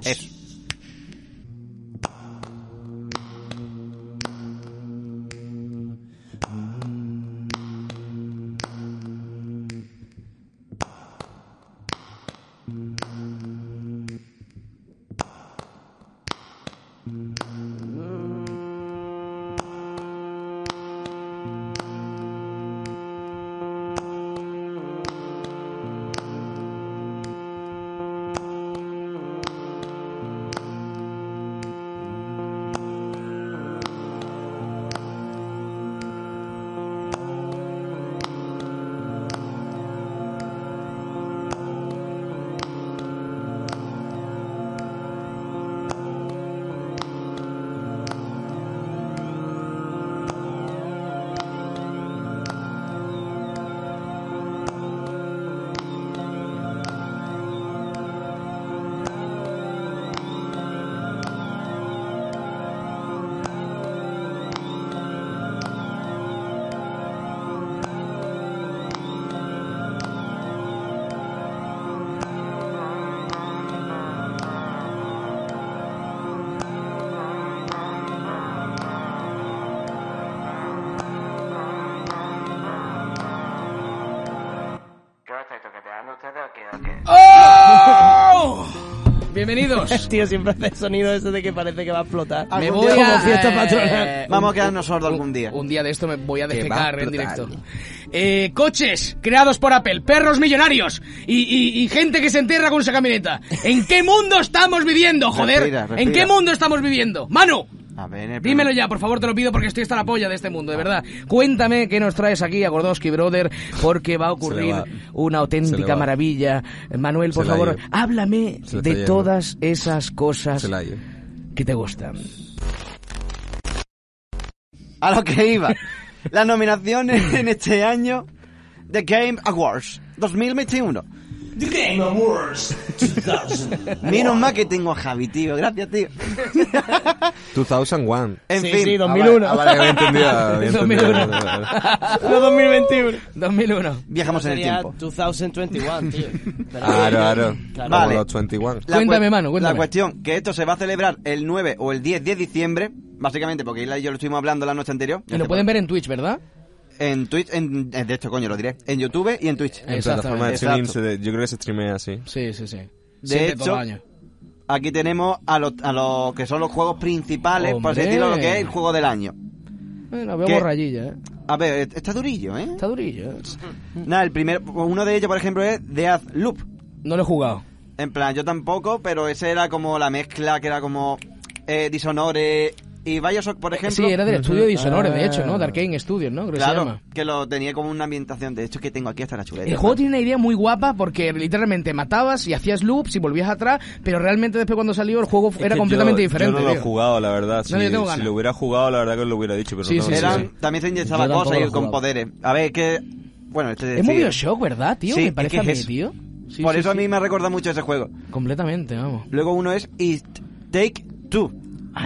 S2: Bienvenidos.
S6: Tío, siempre hace el sonido ese de que parece que va a explotar.
S4: Me
S6: Algún
S4: voy
S6: día como
S4: a-
S6: fiesta
S2: eh,
S6: patronal.
S4: Vamos
S2: un-
S4: a quedarnos sordos
S2: un-
S4: algún día.
S2: Un día de esto me voy a
S3: Que va a
S2: despegar en
S3: explotar.
S2: directo. Eh, coches creados por Apple, perros millonarios y, y- y gente que se entierra con su camioneta. ¿En qué mundo estamos viviendo, joder?
S4: Respira, respira.
S2: ¿En qué mundo estamos viviendo? Manu,
S4: A ver, el
S2: Dímelo ya, por favor, te lo pido porque estoy hasta la polla de este mundo, de verdad. Cuéntame qué nos traes aquí a Gordowski Brother, porque va a ocurrir
S5: va.
S2: una
S5: Se le
S2: auténtica
S5: va.
S2: maravilla. Manuel, por
S5: Se la
S2: favor,
S5: lleva.
S2: háblame
S5: Se la está
S2: de
S5: yendo.
S2: todas esas cosas
S5: Se la lleva.
S2: que te gustan.
S4: a lo que iba. Las nominaciones en este año The Game Awards 2021.
S7: The Game Awards 2000.
S4: Menos mal que tengo a Javi, tío. Gracias, tío.
S3: 2001.
S4: En
S6: Sí,
S4: fin.
S6: sí,
S4: ah, vale.
S6: 2001.
S3: Ah, vale, había entendido, había entendido.
S2: 2001.
S6: No 2021.
S2: 2001.
S4: Viajamos en el
S6: Sería
S4: tiempo.
S6: 2021, tío. Pero-
S3: Claro, claro. Como
S6: Claro.
S4: Vale.
S3: los 21.
S4: La
S2: Cuéntame,
S4: cue-
S2: mano, cuéntame.
S4: La cuestión, que esto se va a celebrar el 9 o el 10 de diciembre, básicamente porque Isla y yo lo estuvimos hablando la noche anterior.
S2: Y lo pueden ver en Twitch, ¿verdad?
S4: En Twitch, en, eh, de hecho, coño, lo diré. En YouTube y en Twitch.
S3: En
S2: Exactamente.
S3: plataforma de streaming,
S4: Exacto.
S3: se- yo creo que se streamea así.
S2: Sí, sí, sí.
S4: De
S2: Siempre,
S4: hecho,
S2: todo el año.
S4: Aquí tenemos a los, a los que son los juegos principales, por
S2: Hombre.
S4: así decirlo, lo que es el juego del año.
S2: Bueno, veo
S4: ¿qué?
S2: borrallilla, ¿eh?
S4: A ver, está durillo, ¿eh?
S2: Está durillo. ¿eh?
S4: Nada, el primer, uno de ellos, por ejemplo, es Death Loop.
S2: No lo he jugado.
S4: En plan, yo tampoco, pero ese era como la mezcla, que era como eh, Dishonored y Bioshock, por ejemplo.
S2: Eh, Sí, era del estudio Dishonored, de hecho, ¿no?
S6: Ah.
S2: De Arkane Studios, ¿no? Creo que se
S4: Claro,
S2: llama.
S4: que lo tenía como una ambientación. De hecho, que tengo aquí hasta la chuleta.
S2: El juego tiene una idea muy guapa porque literalmente matabas y hacías loops y volvías atrás, pero realmente después cuando salió el juego
S3: Es
S2: era
S3: que
S2: completamente
S3: yo-
S2: diferente.
S3: Yo no lo he
S2: tío.
S3: jugado, la verdad. Si,
S2: No, yo tengo
S3: si
S2: ganas.
S3: lo hubiera jugado, la verdad que lo hubiera dicho. Pero
S2: Sí,
S3: no
S2: sí,
S3: lo
S4: Eran,
S3: sé.
S4: También se
S6: Yo
S4: inyectaba
S6: tampoco
S4: cosas
S6: lo
S4: y
S6: he
S4: con
S6: jugado.
S4: poderes. A ver, que... Bueno, este
S2: Es
S4: sí,
S2: muy Bioshock, ¿verdad, tío?
S4: Sí,
S2: Me
S4: es
S2: parece
S4: que
S2: a mí,
S4: es-
S2: tío. Sí,
S4: Por
S2: sí,
S4: eso a
S2: sí.
S4: mí me recuerda mucho ese juego.
S2: Completamente, vamos.
S4: Luego uno es It Take Two.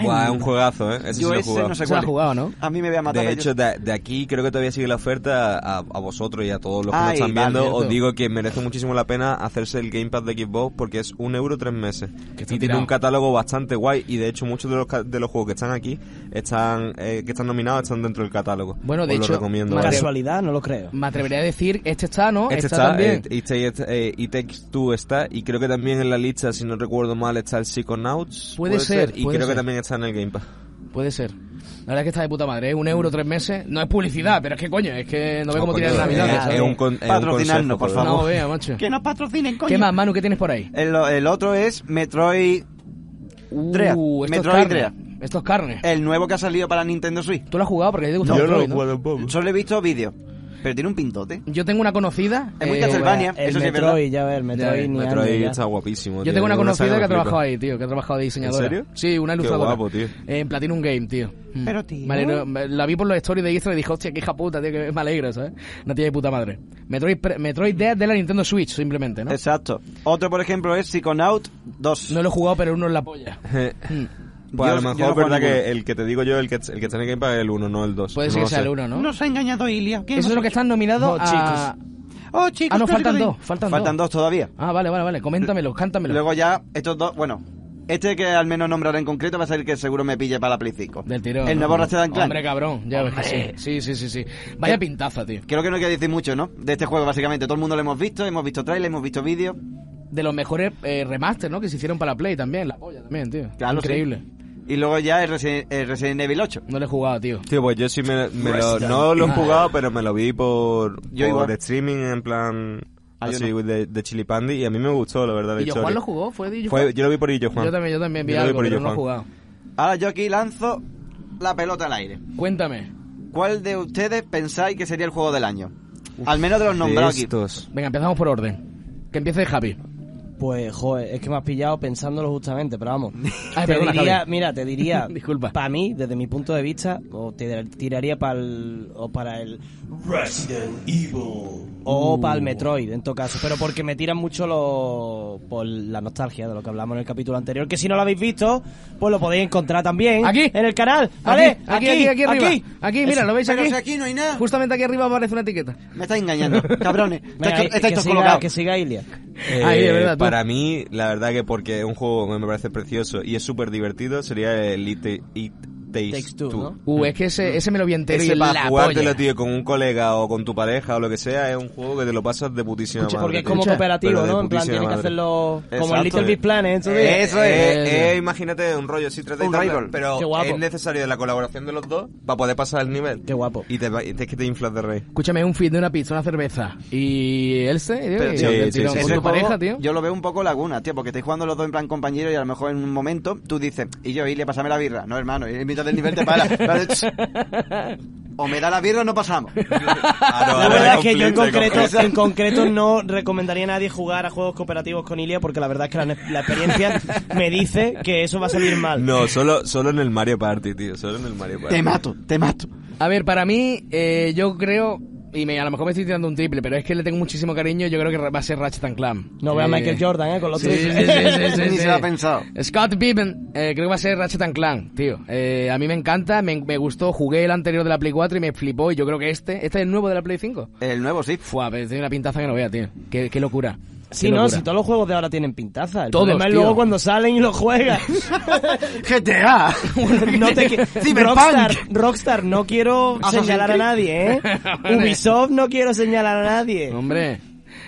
S3: Buah, es un juegazo, ¿eh? Ese
S4: Yo
S3: sí lo he
S4: ese
S3: jugado.
S4: no
S2: Se
S4: sé
S2: lo
S4: cuál
S2: ha
S4: es.
S2: jugado, ¿no?
S4: A mí me voy a matar.
S3: De
S4: ellos.
S3: hecho, de, de aquí creo que todavía sigue la oferta a, a vosotros y a todos los que nos
S4: Ay,
S3: están viendo.
S2: vale,
S3: Os
S2: cierto.
S3: digo que merece muchísimo la pena hacerse el Gamepad de Xbox porque es un euro tres meses.
S2: Que
S3: Y
S2: está
S3: tiene
S2: tirado.
S3: un catálogo bastante guay. Y de hecho, muchos de los, ca- de los juegos que están aquí, están eh, que están nominados, están dentro del catálogo.
S2: Bueno, de
S3: Os lo
S2: hecho,
S3: recomiendo.
S2: Mario-
S3: ¿vale?
S6: Casualidad, no lo creo.
S2: Me atrevería a decir, este está, ¿no?
S3: Este está,
S2: también.
S3: eh, y este- y este- eh, y Takes Two está, y creo que también en la lista, si no recuerdo mal, está el Psychonauts.
S2: Puede ser,
S3: y
S2: puede
S3: creo
S2: ser.
S3: que también está en el Gamepad.
S2: Puede ser. La verdad es que está de puta madre, ¿eh? Un euro, tres meses. No es publicidad, pero es que coño, es que no ve cómo tiene
S3: Coño,
S2: la Navidad.
S3: eh, es-
S2: ¿sabes?
S3: es un con- es un
S4: Patrocinadnos,
S3: consejo,
S4: por
S3: pero-
S4: favor.
S2: No vea, macho.
S4: Que nos patrocinen, coño.
S2: ¿Qué más, Manu, qué tienes por ahí?
S4: El, el otro es Metroid... Drea. Eh.
S2: Uh, esto es
S4: Metroid
S2: carne.
S4: Drea.
S2: Esto es carne.
S4: El nuevo que ha salido para Nintendo Switch.
S2: Tú lo has jugado porque a ti te gusta Metroid, ¿no?
S4: Solo he visto vídeos. Pero tiene un pintote.
S2: Yo tengo una conocida.
S4: Es muy
S2: eh,
S4: Castlevania,
S6: El
S4: eso sí es verdad.
S6: Metroid, ya ver, Metroid,
S2: Ya,
S6: ni
S3: Metroid
S6: Ani, ya.
S3: está guapísimo.
S2: Yo
S3: tío.
S2: tengo una
S3: saga
S2: conocida que ha
S3: flipa.
S2: trabajado ahí, tío, que ha trabajado de diseñadora.
S3: ¿En serio?
S2: Sí, una
S3: Qué
S2: ilustradora.
S3: guapo, tío.
S2: En Platinum Game, tío. Mm. Pero, tío. la vi por los stories de Instagram y dije, hostia, qué hija puta, tío, que me alegro, ¿sabes? Una tía de puta madre. Metroid, pre- Metroid Dead de la Nintendo Switch, simplemente, ¿no?
S4: Exacto. Otro, por ejemplo, es Psychonaut 2.
S2: No lo he jugado, pero uno es la polla. Mm.
S3: Pues a
S4: Yo-
S3: lo
S4: yo
S3: mejor
S4: no
S3: es verdad
S4: juego
S3: que
S4: ninguno.
S3: el que te digo yo, el que, el que está en el Game Pass es el 1, no el 2.
S2: Puede ser que sea el uno, ¿no?
S7: Nos ha engañado Ilia. ¿Qué
S2: Eso es
S7: hemos
S2: lo que
S7: hecho?
S2: están nominados
S6: No,
S2: a...
S7: Oh, chicos,
S2: Ah, no, faltan
S7: perdón.
S2: dos, faltan,
S4: Faltan
S2: dos.
S4: dos todavía.
S2: Ah, vale, vale, vale, coméntamelo, cántamelo.
S4: Luego ya, estos dos, bueno, este que al menos nombraré en concreto va a ser el que seguro me pille para la Play 5.
S2: Del tirón.
S4: El nuevo
S2: ¿no?
S4: Ratchet and Clank.
S2: Hombre, cabrón, ya ves que sí. Sí, sí, sí, sí. Vaya pintaza, tío.
S4: Creo que no hay que decir mucho, ¿no? De este juego, básicamente. Todo el mundo lo hemos visto, hemos visto trailer, hemos visto vídeos.
S2: De los mejores eh, remaster, ¿no? Que se hicieron para la Play también. La polla también, tío.
S4: Claro,
S2: Increíble.
S4: Y luego ya el Resident, el Resident Evil 8.
S2: No le he jugado, tío.
S3: Tío, pues yo sí me, me lo, no lo he jugado, pero me lo vi por,
S4: Yo
S3: por
S4: igual.
S3: streaming, en plan,
S4: Ah, yo
S3: así,
S4: no.
S3: de, de Chili Pandy, y a mí me gustó, la verdad, la
S2: ¿Y yo
S3: historia.
S2: Juan lo jugó? ¿Fue de Illo
S3: Fue-
S2: Juan?
S3: yo lo vi por Illo Juan.
S2: Yo también, yo también vi
S3: Yo lo vi
S2: algo,
S3: por
S2: pero
S3: Illo
S2: no he
S3: Juan.
S2: jugado.
S4: Ahora yo aquí lanzo la pelota al aire.
S2: Cuéntame.
S4: ¿Cuál de ustedes pensáis que sería el juego del año? al menos de los nombrados
S3: De
S4: aquí.
S3: estos.
S2: Venga, empezamos por orden. Que empiece Javi.
S6: Pues, joder, es que me has pillado pensándolo justamente, pero vamos.
S2: Ay,
S6: te
S2: perdona,
S6: diría,
S2: Javi.
S6: mira, te diría,
S2: Disculpa.
S6: para mí, desde mi punto de vista, o te tiraría para el, o para el,
S7: Resident Evil.
S2: Uh.
S6: o para el Metroid, en todo caso. Pero porque me tiran mucho lo, por la nostalgia de lo que hablamos en el capítulo anterior, que si no lo habéis visto, pues lo podéis encontrar también.
S2: Aquí.
S6: En el canal, ¿vale?
S2: Aquí, aquí, aquí, arriba. Aquí, mira,
S6: Eso.
S2: ¿lo veis
S4: Pero
S2: aquí?
S4: si aquí no hay nada.
S2: Justamente aquí arriba aparece una etiqueta.
S4: Me estáis engañando, cabrones.
S6: Venga,
S4: Estáis-
S6: que,
S4: estáis
S6: que
S4: todos
S6: siga,
S4: colocados.
S6: que siga Ilia.
S3: Eh,
S2: Ahí, de verdad, tú.
S3: para mí, la verdad que porque es un juego que me parece precioso y es súper divertido, sería el It, It Takes
S6: Takes Two,
S3: Two.
S6: ¿no?
S2: Uh, es que ese, ese me lo vi entero y
S3: Mm. Ese
S2: es
S3: para
S2: la
S3: jugártelo,
S2: polla.
S3: tío, con un colega o con tu pareja o lo que sea, es un juego que te lo pasas de putísima
S6: Escucha,
S3: madre.
S6: porque es
S3: tío.
S6: como
S3: Pero
S6: cooperativo,
S3: de
S6: ¿no? En plan,
S3: putísima
S6: tienes que
S3: madre. eh.
S6: hacerlo como
S4: Exacto.
S6: el Little Big Planet. Eso de-
S3: Eso es,
S6: Eh,
S3: eh, imagínate un rollo así 3
S4: Un rival.
S3: pero
S6: Qué guapo.
S3: es necesario de la colaboración de los dos para poder pasar el nivel.
S6: Qué guapo.
S3: Y te, va- es que te inflas de rey.
S2: Escúchame, un feed de una pizza, una cerveza y Elsa, tío,
S3: Pero,
S2: y-
S3: tío,
S2: y-
S3: sí,
S2: y-
S3: sí,
S2: con
S3: sí,
S2: tu
S3: sí.
S2: pareja,
S4: juego,
S2: tío.
S4: Yo lo veo un poco laguna, tío, porque estáis jugando los dos en plan compañero y a lo mejor en un momento tú dices, y yo, Ilia, pásame la birra. No, hermano, y en mitad del nivel te para. Vale, ch- o me da la birra o no pasamos.
S3: Ah,
S6: La verdad es que yo en concreto, en concreto no recomendaría a nadie jugar a juegos cooperativos con Ilia porque la verdad es que la, ne- la experiencia me dice que eso va a salir mal.
S3: No, solo, solo en el Mario Party, tío. Solo en el Mario Party.
S4: Te mato, te mato.
S2: A ver, para mí, eh, yo creo, y me, a lo mejor me estoy tirando un triple, pero es que le tengo muchísimo cariño, yo creo que va a ser Ratchet and Clank.
S6: No veo a
S2: Eh,
S6: Michael Jordan, ¿eh? Con los
S2: sí, sí,
S6: triples.
S2: sí, sí, sí,
S4: Ni
S2: sí.
S4: se lo ha pensado.
S2: Scott Pippen, eh, creo que va a ser Ratchet and Clank, tío. Eh, a mí me encanta, me, me gustó, jugué el anterior de la Play 4 y me flipó, y yo creo que este, este es el nuevo de la Play 5.
S4: El nuevo sí.
S2: Fua, pero tiene una pintaza que no vea, tío. Qué, qué locura.
S6: Sí,
S2: Qué
S6: no,
S2: locura.
S6: si todos los juegos de ahora tienen pintaza. El
S2: Todos,
S6: problema es
S2: tío.
S6: luego cuando salen y los juegas.
S4: GTA.
S6: no te qui-
S4: Cyberpunk.
S6: Rockstar, Rockstar, no quiero
S4: Assassin's
S6: señalar a
S4: Creed.
S6: nadie, ¿eh? Ubisoft, no quiero señalar a nadie.
S2: Hombre,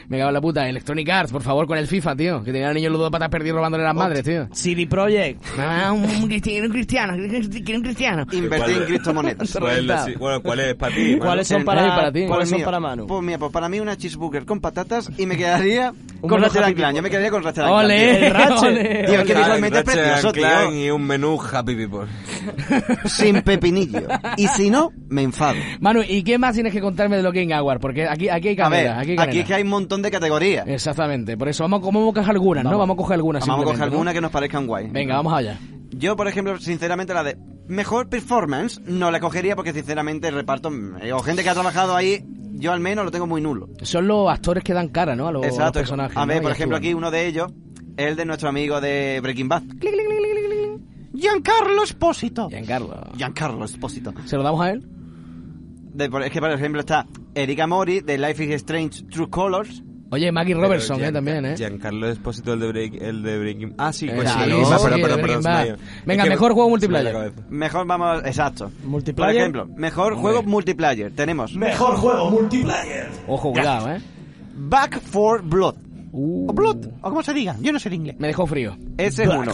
S2: me cago en la puta. Electronic Arts, por favor, con el FIFA, tío. Que tenía al niño los dos patas perdidos robándole las madres, tío.
S6: CD Projekt.
S2: Ah, un cristiano, un cristiano, quiero un cristiano.
S4: Invertir en criptomonedas.
S3: ¿Cuál es la- sí, bueno, ¿cuál es para ti? mano?
S6: ¿Cuáles son
S4: el-
S6: para,
S2: eh, para ti.
S6: ¿cuáles
S4: Pues
S6: son
S4: mío,
S6: para Manu?
S4: Pues mira, pues para mí una cheeseburger con patatas y me quedaría con
S6: buen
S4: Ratchet
S6: Happy
S4: and Clank. Yo me quedaría con Ratchet and Clank. tío.
S2: Ole,
S6: El Ratchet.
S4: Tío, que
S3: Claro,
S4: visualmente es
S3: Ratchet
S4: precioso,
S3: and Clank
S4: tío.
S3: Y un menú Happy People.
S4: Sin pepinillo. Y si no, me enfado.
S2: Manu, ¿y qué más tienes que contarme de lo Game Award? Porque aquí, aquí hay
S4: A ver,
S2: canela, aquí
S4: aquí,
S2: hay canela.
S4: es que hay un montón de categorías.
S2: Exactamente, por eso vamos, vamos a coger algunas, ¿no? Vamos a coger algunas.
S4: Vamos a coger
S2: simplemente, ¿no?
S4: alguna que nos parezcan guay.
S2: Venga, vamos allá.
S4: Yo, por ejemplo, sinceramente la de mejor performance no la cogería porque sinceramente el reparto mm, o gente que ha trabajado ahí, yo al menos lo tengo muy nulo.
S2: Son los actores que dan cara, ¿no? A los, a los personajes.
S4: A ver,
S2: ¿no?
S4: por
S2: Y
S4: ejemplo, aquí
S2: actúan.
S4: uno de ellos es el de nuestro amigo de Breaking Bad.
S7: Giancarlo Espósito.
S2: Giancarlo.
S4: Giancarlo Esposito.
S2: ¿Se lo damos a él?
S4: De- por- es que, por ejemplo, está Erika Mori de Life is Strange True Colors.
S2: Oye, Maggie Robertson,
S3: Pero
S2: ¿eh? También, ¿eh?
S3: Giancarlo Espósito, el de, Break- el de Breaking Ah, sí, pues
S2: Claro,
S3: sí.
S2: sí,
S3: Va,
S2: sí,
S3: perdón,
S2: de
S3: perdón, perdón,
S2: Breaking
S3: se me ha
S2: Bad.
S3: ido.
S2: Venga,
S3: Es que
S2: mejor juego
S3: se me ha ido
S2: multiplayer.
S3: la cabeza.
S4: Mejor vamos... Exacto.
S6: ¿Multiplayer?
S4: Por ejemplo, mejor juego multiplayer. Tenemos
S7: Mejor juego multiplayer.
S2: Ojo, cuidado, ¿eh?
S4: Back for Blood.
S2: Uh,
S7: O como se diga, yo no sé el inglés.
S2: Me dejó frío.
S4: Ese es uno.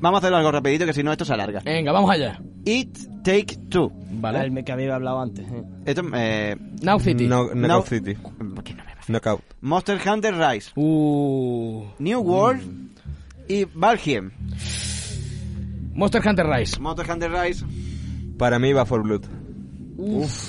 S4: Vamos a hacerlo algo rapidito que si no esto se alarga.
S2: Venga, vamos allá.
S4: It Take Two.
S2: Vale.
S6: El que había hablado antes. ¿eh?
S4: Esto, eh,
S2: Now City.
S3: No,
S4: no-
S3: Knockout City.
S4: ¿por qué no me-
S3: Knockout.
S4: Monster Hunter Rise,
S2: Uh,
S4: New World y Valheim.
S2: Monster Hunter Rise.
S4: Monster Hunter Rise.
S3: Para mí va for Blood.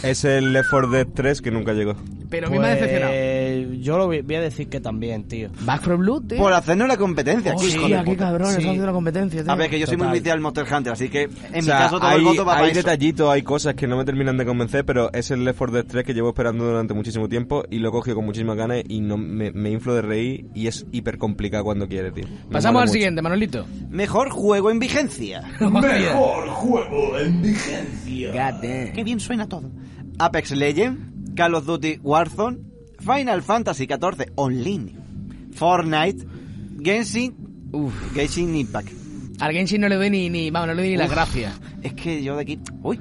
S3: Es el Left 4 Dead 3 que nunca llegó.
S2: Pero a mí me ha decepcionado.
S6: Pues, Yo lo voy, voy a decir que también, tío.
S2: Back for Blood, tío.
S4: Por hacernos la competencia. hijo de
S2: Hostia, qué
S4: puta.
S2: cabrón,
S6: Sí.
S2: están haciendo Oh, la competencia, tío.
S4: A ver, que yo soy muy
S6: Total.
S4: viciado al Monster Hunter, así que en mi
S3: O sea,
S4: caso todo
S3: hay,
S4: el voto va para
S3: hay
S4: eso.
S3: detallitos, hay cosas que no me terminan de convencer, pero es el Left 4 Dead 3 que llevo esperando durante muchísimo tiempo y lo he cogido con muchísimas ganas y no me, me inflo de reír y es hiper complicado cuando quiere, tío. Me
S2: Pasamos
S3: mola
S2: al
S3: mucho.
S2: siguiente, Manolito.
S4: Mejor juego en vigencia.
S7: Mejor juego en vigencia.
S2: damn.
S7: bien suena todo.
S4: Apex Legends, Call of Duty Warzone, Final Fantasy XIV Online, Fortnite, Genshin,
S2: Uf.
S4: Genshin Impact.
S2: Al Genshin no le doy ni, ni vamos, no le doy ni las gracias.
S4: Es que yo de aquí... Uy,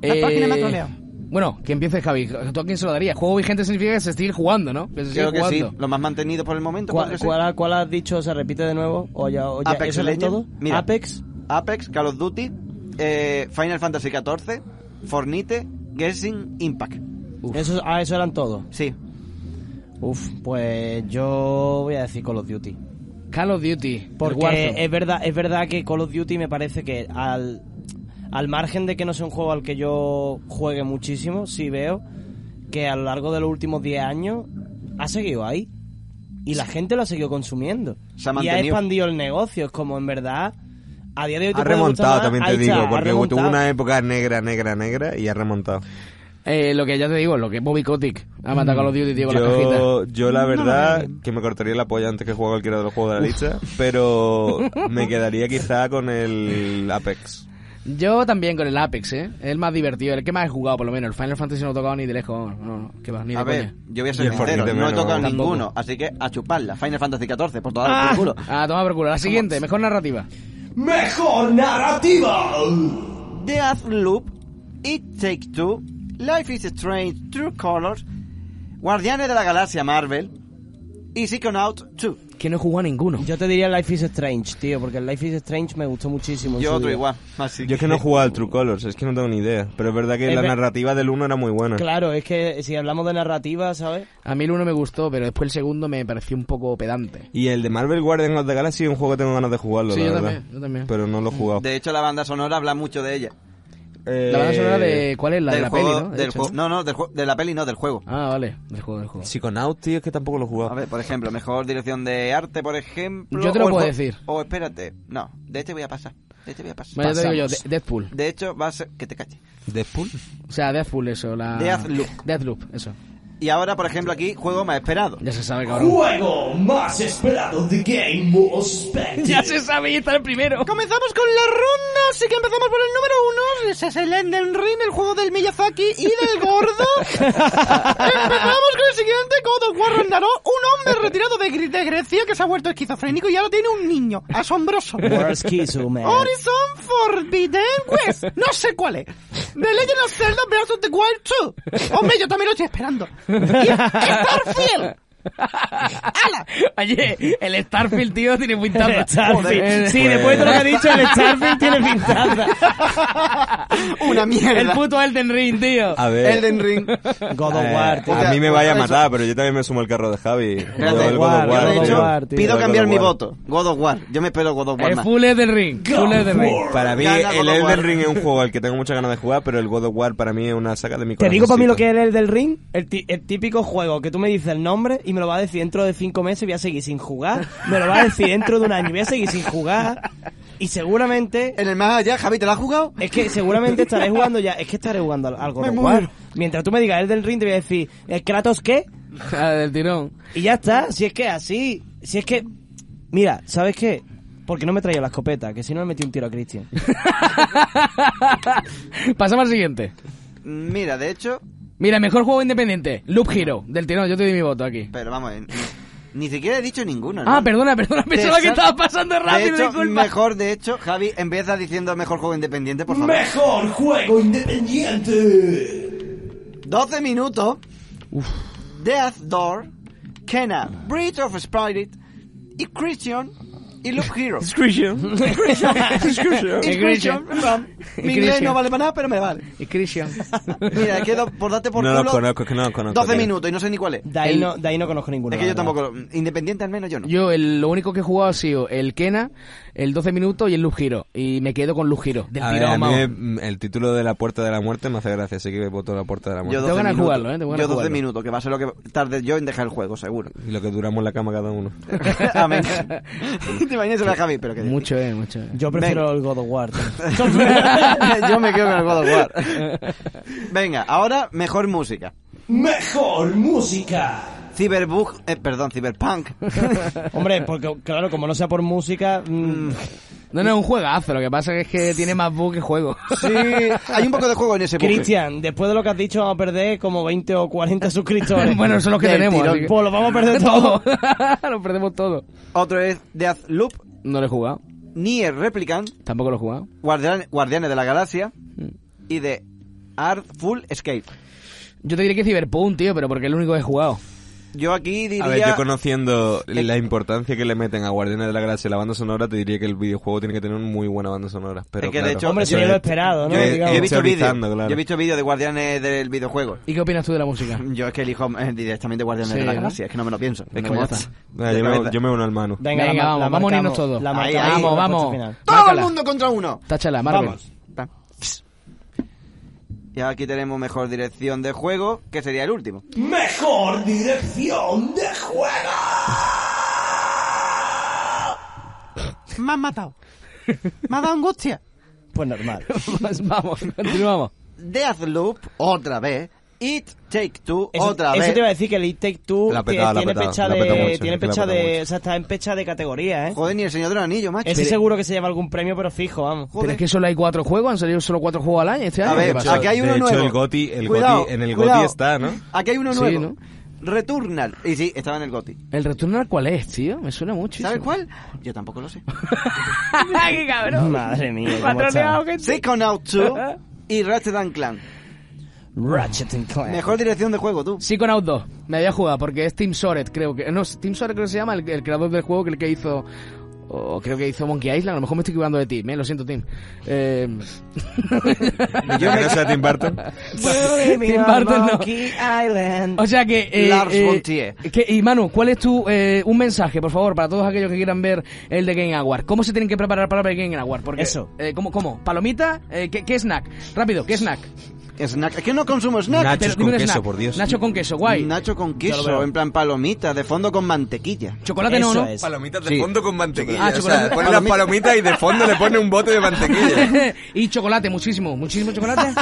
S2: Eh,
S7: página me ha troleado.
S2: Bueno, que empiece Javi. ¿Tú a quién se lo darías? Juego vigente significa que se sigue jugando, ¿no? Que se sigue
S4: creo que sí.
S2: jugando.
S4: Los más mantenidos por el momento.
S6: ¿Cuál,
S4: podría ser.
S6: cuál, ha- cuál has dicho? ¿Se repite de nuevo? ¿O ya, o ya-
S4: Apex
S6: ¿eso era
S4: Legends.
S6: todo?
S4: Mira.
S6: Apex.
S4: Apex, Call of Duty, eh, Final Fantasy XIV, Fornite, Genshin Impact.
S6: Eso, ah, eso eran todos.
S4: Sí.
S6: Uf, pues yo voy a decir Call of Duty.
S2: Call of Duty. el
S6: Porque
S2: Warzone.
S6: es verdad, es verdad que Call of Duty me parece que al, al margen de que no sea un juego al que yo juegue muchísimo, sí veo que a lo largo de los últimos 10 años ha seguido ahí. Y la gente lo ha seguido consumiendo.
S4: Se ha
S6: y ha
S4: mantenido.
S6: expandido el negocio. Es como en verdad, a día de hoy te
S3: Ha
S6: puede gustar
S3: remontado,
S6: más,
S3: también te
S6: ahí está,
S3: digo,
S6: ha
S3: porque tuvo
S6: remontado.
S3: una época negra, negra, negra y ha remontado.
S2: Eh, lo que ya te digo, lo que es Bobby Kotick. Ha matado Call of Duty, tío, con las cajitas.
S3: Yo, yo la verdad que me cortaría la polla antes que jugar cualquiera de los juegos de la lista, pero me quedaría quizá con el Apex.
S2: Yo también con el Apex, ¿eh? Es el más divertido, el que más he jugado, por lo menos. El Final Fantasy no lo he tocado ni de lejos. No, no, que va, ni de
S4: A ver,
S2: coña.
S4: yo voy a
S3: Y
S4: ser
S3: el
S4: sincero,
S3: Fortnite
S4: no he
S3: menos,
S4: tocado
S3: tampoco.
S4: ninguno, así que a chuparla. Final Fantasy XIV, Ah, por todas las culo.
S2: Ah, toma por culo. La siguiente, mejor narrativa.
S7: Mejor narrativa.
S4: Deathloop, It Take Two, Life is Strange, True Colors, Guardianes de la Galaxia Marvel y Psychonaut 2.
S2: Que no he jugado a ninguno.
S6: Yo te diría Life is Strange, tío, porque el Life is Strange me gustó
S2: Pues
S6: muchísimo. en
S4: Yo
S6: su
S4: otro
S6: día.
S4: igual. Así
S3: Yo es que no he jugado al True Colors, es que no tengo ni idea. Pero es verdad que
S6: Es
S3: la
S6: ver-
S3: narrativa del 1 era muy buena.
S6: Claro, es que si hablamos de narrativa, ¿sabes?
S2: A mí el uno me gustó, pero después el segundo me pareció un poco pedante.
S3: Y el de Marvel Guardians of the Galaxy es un juego que tengo ganas de jugarlo,
S2: Sí,
S3: la
S2: yo
S3: verdad.
S2: también, yo también.
S3: Pero no lo he jugado.
S4: De hecho, la banda sonora habla mucho de ella.
S3: Eh,
S2: La banda sonora de... ¿Cuál es? La de
S4: del
S2: la
S4: juego,
S2: peli, ¿no? De
S4: Del
S2: hecho.
S4: juego. No, no, del jue- de la peli no, del juego.
S2: Ah, vale. Del juego, del juego.
S3: Psychonaut, tío, es que tampoco lo he
S4: A
S3: jugado.
S4: ver, por ejemplo, mejor dirección de arte, por ejemplo.
S2: Yo te lo
S4: o el
S2: puedo
S4: jue-
S2: decir.
S4: O espérate, no, de este voy a pasar. De este voy a pasar.
S2: Vale, ya te digo yo,
S6: Pasamos.
S2: De- Deadpool.
S4: De hecho, va a ser. Que te caches.
S3: ¿Deadpool?
S2: O sea, Deadpool, eso. La...
S4: Deathloop.
S2: Deathloop, eso.
S4: Y ahora, por ejemplo, aquí, juego más esperado.
S2: Ya se sabe,
S4: Uh,
S2: cabrón.
S7: Juego más esperado de Game Boy
S2: ya se sabe y está el primero.
S5: Comenzamos con la ronda, así que empezamos por el número uno. Ese es el Elden Ring, el juego del Miyazaki y del gordo. empezamos con el siguiente, God of War Ragnarok, un hombre retirado de, Gre- de Grecia que se ha vuelto esquizofrénico y ahora tiene un niño. Asombroso.
S6: Worst Kizu, man.
S5: Horizon Forbidden West, no sé cuál es. The Legend of Zelda Breath of the Wild 2. Hombre, yo también lo estoy esperando. Y Starfield. ¡Hala!
S2: Oye, el Starfield, tío, tiene pintaza.
S6: Starfield.
S2: Joder.
S4: Pues
S6: Sí, después de todo lo que ha dicho, el Starfield tiene pintaza.
S4: Una mierda.
S2: El puto Elden Ring, tío.
S3: A ver.
S4: Elden Ring.
S6: God of
S3: Eh,
S6: War, tío.
S4: tío.
S3: a mí me vaya a
S4: Eso-
S3: matar, pero yo también me sumo al carro de Javi. Yo
S4: God of
S3: el God
S6: War,
S3: of War,
S6: God of
S3: tío.
S6: War, tío.
S4: Pido
S3: Yo el
S4: cambiar
S3: God of
S4: mi
S3: War.
S4: voto. God of War. Yo me espero God of War
S2: El
S4: más.
S2: full Elden Ring. Full Elden Ring.
S3: Para mí,
S4: Gana God
S3: el
S4: of War.
S3: Elden Ring es un juego al que tengo muchas ganas de jugar, pero el God of War para mí es una saga de mi
S6: Te digo para mí lo que
S3: corazoncito.
S6: es el del ring, el, ti- el típico juego que tú me dices el nombre y me lo vas a decir dentro de cinco meses y voy a seguir sin jugar, me lo vas a decir dentro de un año y voy a seguir sin jugar y seguramente
S4: En el más allá, Javi, ¿te la has jugado?
S6: es que seguramente estaré jugando ya, es que estaré jugando al, al God of War. Mientras tú me digas el del ring te voy a decir, ¿el Kratos qué?
S2: Ah, del tirón.
S6: Y ya está, si es que así, si es que mira, ¿sabes qué? Porque no me he traído la escopeta, que si no me metí un tiro a Christian.
S2: Pasamos al siguiente.
S4: Mira, de hecho,
S2: Mira, mejor juego independiente. Loop Hero. Del tirón, yo te di mi voto aquí.
S4: pero vamos, eh, ni siquiera he dicho ninguno.
S2: Ah,
S4: hermano.
S2: perdona, perdona. Pensaba que
S4: Exacto.
S2: estaba pasando
S4: De
S2: rápido,
S4: hecho,
S2: disculpa.
S4: mejor, de hecho, Javi, empieza diciendo mejor juego independiente, por favor.
S7: Mejor juego independiente.
S4: 12 minutos. Death Door, Kena, Bridge of Spirit y Christian y Loop Hero.
S2: Y
S4: Christian.
S2: Christian.
S4: perdón. Mi inglés
S2: Christian.
S4: no vale para nada, pero me vale.
S2: Y Christian.
S4: Mira, quedo por darte por
S3: No
S4: culo.
S3: los conozco, es que no los conozco.
S4: 12
S3: tío.
S4: minutos y no sé ni cuál es.
S6: De ahí, no, de ahí no conozco ninguno.
S4: Es que yo
S6: la verdad.
S4: tampoco. lo- Independiente al menos yo no.
S2: Yo el, lo único que he jugado ha sido el Kena, el 12 minutos y el Loop Hero. Y me quedo con Loop Hero. Del
S3: A ver, a
S2: tirón,
S3: mí
S2: vamos.
S3: mm, el título de La Puerta de la Muerte me hace gracia, así que voto La Puerta de la Muerte.
S2: Tengo ganas de jugarlo, eh, tengo ganas de
S4: Yo 12
S2: jugarlo.
S4: minutos, que va a ser lo que tarde yo en dejar el juego, seguro.
S3: Y lo que duramos en la cama cada uno.
S4: Amén. Te imaginas el Javi, pero que.
S2: Mucho, eh, mucho. eh.
S6: Yo prefiero el God of War. tío.
S4: yo me quedo con el God of War. Venga, ahora mejor música.
S7: Mejor música.
S4: Cyberbug, eh, perdón, Cyberpunk.
S6: Hombre, porque claro, como no sea por música, mm,
S2: No, no, es un juegazo. Lo que pasa es que tiene más bug que juego.
S4: Sí, hay un poco de juego en ese buque.
S6: Cristian, después de lo que has dicho vamos a perder como 20 o 40 suscriptores.
S2: bueno, son los que
S4: Del
S2: tenemos.
S4: tirón.
S2: así que-
S6: pues lo vamos a perder todo.
S2: todo. lo perdemos todo.
S4: Otro es Deathloop,
S2: No lo he jugado.
S4: Nier Replicant,
S2: Tampoco lo he jugado.
S4: Guardian- Guardianes de la Galaxia
S3: Mm.
S4: y de Artful Escape.
S2: Yo te diré que Cyberpunk, tío, pero porque es lo único que he jugado.
S4: Yo aquí diría...
S3: A ver, yo conociendo la importancia que le meten a Guardianes de la Galaxia y la banda sonora, te diría que el videojuego tiene que tener una muy buena banda sonora. Pero
S4: Es que, de
S3: claro,
S4: hecho, Hombre,
S3: eso
S4: yo
S3: es-
S6: lo he esperado, ¿no?
S4: yo, he,
S6: Digamos.
S4: yo he visto vídeos
S3: Teorizando, claro.
S4: yo he visto vídeos de Guardianes del videojuego.
S2: ¿Y qué opinas tú de la música?
S4: Yo es que elijo eh, directamente Guardianes
S2: Sí,
S4: de la
S2: ¿no?
S4: Galaxia, es que no me lo pienso. Es
S2: Venga,
S4: que
S2: ya
S4: ya
S2: está.
S3: Ah, yo, me, yo me uno al mano.
S2: Venga,
S6: la-
S2: vamos,
S6: la
S2: vamos a unirnos
S6: marcamos,
S2: todos.
S6: la
S4: Ahí,
S6: marcamos,
S4: ahí,
S6: la
S2: vamos,
S6: respuesta
S2: vamos.
S6: final.
S4: ¡Todo el
S2: Márcala.
S4: mundo contra uno!
S2: Táchala, Marvel.
S6: Vamos.
S4: Y aquí tenemos mejor dirección de juego, que sería el último.
S7: Mejor dirección de juego.
S5: Me han matado. Me ha dado angustia.
S6: Pues normal.
S2: Pues vamos, continuamos.
S4: Deathloop, otra vez. It Take Two,
S6: Eso,
S4: otra
S6: eso
S4: vez.
S6: te iba a decir que el It Take Two
S3: La ha
S6: que
S3: petado, la ha
S6: tiene
S3: petado,
S6: fecha
S3: la ha
S6: de...
S3: petado mucho,
S6: tiene
S3: la ha
S6: fecha
S3: petado
S6: de...
S3: mucho.
S6: O sea, está en fecha de categoría, ¿eh?
S4: Joder, ni el señor del anillo, macho.
S6: Ese seguro que se lleva algún premio, pero fijo, vamos.
S4: Joder.
S2: Pero es que solo hay cuatro juegos, han salido solo cuatro juegos al año este
S4: A
S2: año.
S4: ver,
S2: ¿Qué pasa?
S4: aquí hay
S3: De
S4: uno
S3: hecho,
S4: nuevo.
S3: el GOTY el
S4: Cuidado,
S3: GOTY en el
S4: cuidado.
S3: GOTY está, ¿no?
S4: Aquí hay uno
S2: Sí,
S4: nuevo.
S2: ¿no?
S4: Returnal. Y sí, estaba en el GOTI.
S2: ¿El Returnal cuál es, tío? Me suena mucho.
S4: ¿Sabes cuál? Yo tampoco lo sé.
S8: ¡Qué cabrón!
S6: Madre mía, ¿cómo
S8: Patroneado,
S6: está?
S8: gente.
S4: Psychonaut 2 y Ratchet and Clank.
S6: Ratchet and Clank.
S4: Mejor dirección de juego, tú.
S2: Psychonaut 2, me había jugado porque es Team Soret, creo que. No, Team Soret creo que se llama, el, el creador del juego, que el que hizo. O creo que hizo Monkey Island, a lo mejor me estoy equivocando de Team, ¿eh? lo siento Team. Eh...
S3: Yo que no sea Tim Burton.
S2: Tim Burton no.
S6: Monkey Island.
S2: O sea que... eh,
S4: Lars
S2: eh,
S4: von Trier.
S2: que- y Manu, ¿cuál es tu... eh, un mensaje, por favor, para todos aquellos que quieran ver el de Game Award? ¿Cómo se tienen que preparar para ver el Game Award? Porque,
S6: Eso.
S2: eh, ¿cómo, ¿Cómo? ¿Palomita? Eh, ¿qué, qué snack? Rápido, ¿qué snack?
S4: Snack. Es que no consumo snack.
S3: Nachos
S2: Pero dime
S3: con
S2: un
S3: queso,
S2: snack.
S3: por Dios.
S2: Nacho con queso, guay.
S4: Nacho con
S2: Ya lo veo.
S4: queso, en plan palomita, de fondo con mantequilla.
S2: Chocolate no,
S6: Eso
S2: ¿no?
S6: es.
S3: Palomitas de
S4: Sí.
S3: fondo con mantequilla.
S2: Ah,
S3: o sea,
S2: chocolate.
S3: pone las palomitas y de fondo le pone un bote de mantequilla.
S2: y chocolate, muchísimo, muchísimo chocolate.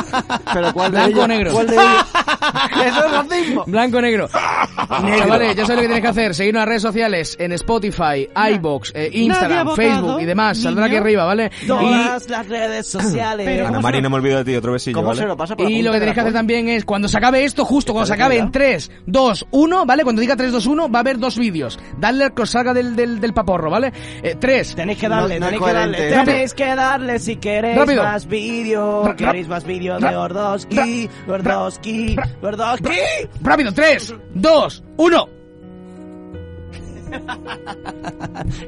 S4: Pero ¿cuál de
S2: Blanco o
S4: ellos?
S2: negro.
S4: ¿Cuál de ellos? Eso es racismo.
S2: Blanco o negro. Chavales, ya sabéis lo que tenéis que hacer. Seguirnos en las redes sociales, en Spotify, iBox,
S5: Nadie ha
S2: Instagram,
S5: votado,
S2: Facebook y demás. Saldrá aquí
S5: niño.
S2: arriba, ¿vale? Y,
S6: Todas las redes sociales.
S5: Pero
S3: Ana
S5: ¿cómo
S3: Mari, no me olvido de ti, otro besillo,
S4: ¿Cómo
S3: ¿vale?
S4: se lo pasa por la
S2: y
S4: punta
S2: lo que
S4: de la
S2: tenéis que hacer
S4: polla?
S2: también es, cuando se acabe esto, justo cuando se acabe en 3, 2, 1, ¿vale? Cuando diga 3, 2, 1, va a haber dos vídeos. Dadle al que os salga del, del, del paporro, ¿¿vale? Eh, 3.
S6: Tenéis que darle,
S4: No- no es
S6: tenéis que darle,
S4: coherente.
S6: tenéis que darle si queréis
S2: Rápido.
S6: más vídeos,
S2: Ra-
S6: queréis más vídeos de
S2: ra-
S6: Gordoski, Gordoski, Gordoski.
S2: Rápido, 3, 2, 1.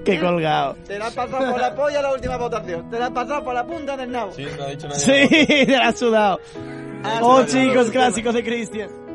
S6: Qué colgado.
S4: Te la has pasado por la polla la última votación. Te la has pasado por la punta del nabo. Ah,
S6: Sí, te la has sudado. Oh, chicos, clásicos de Cristian.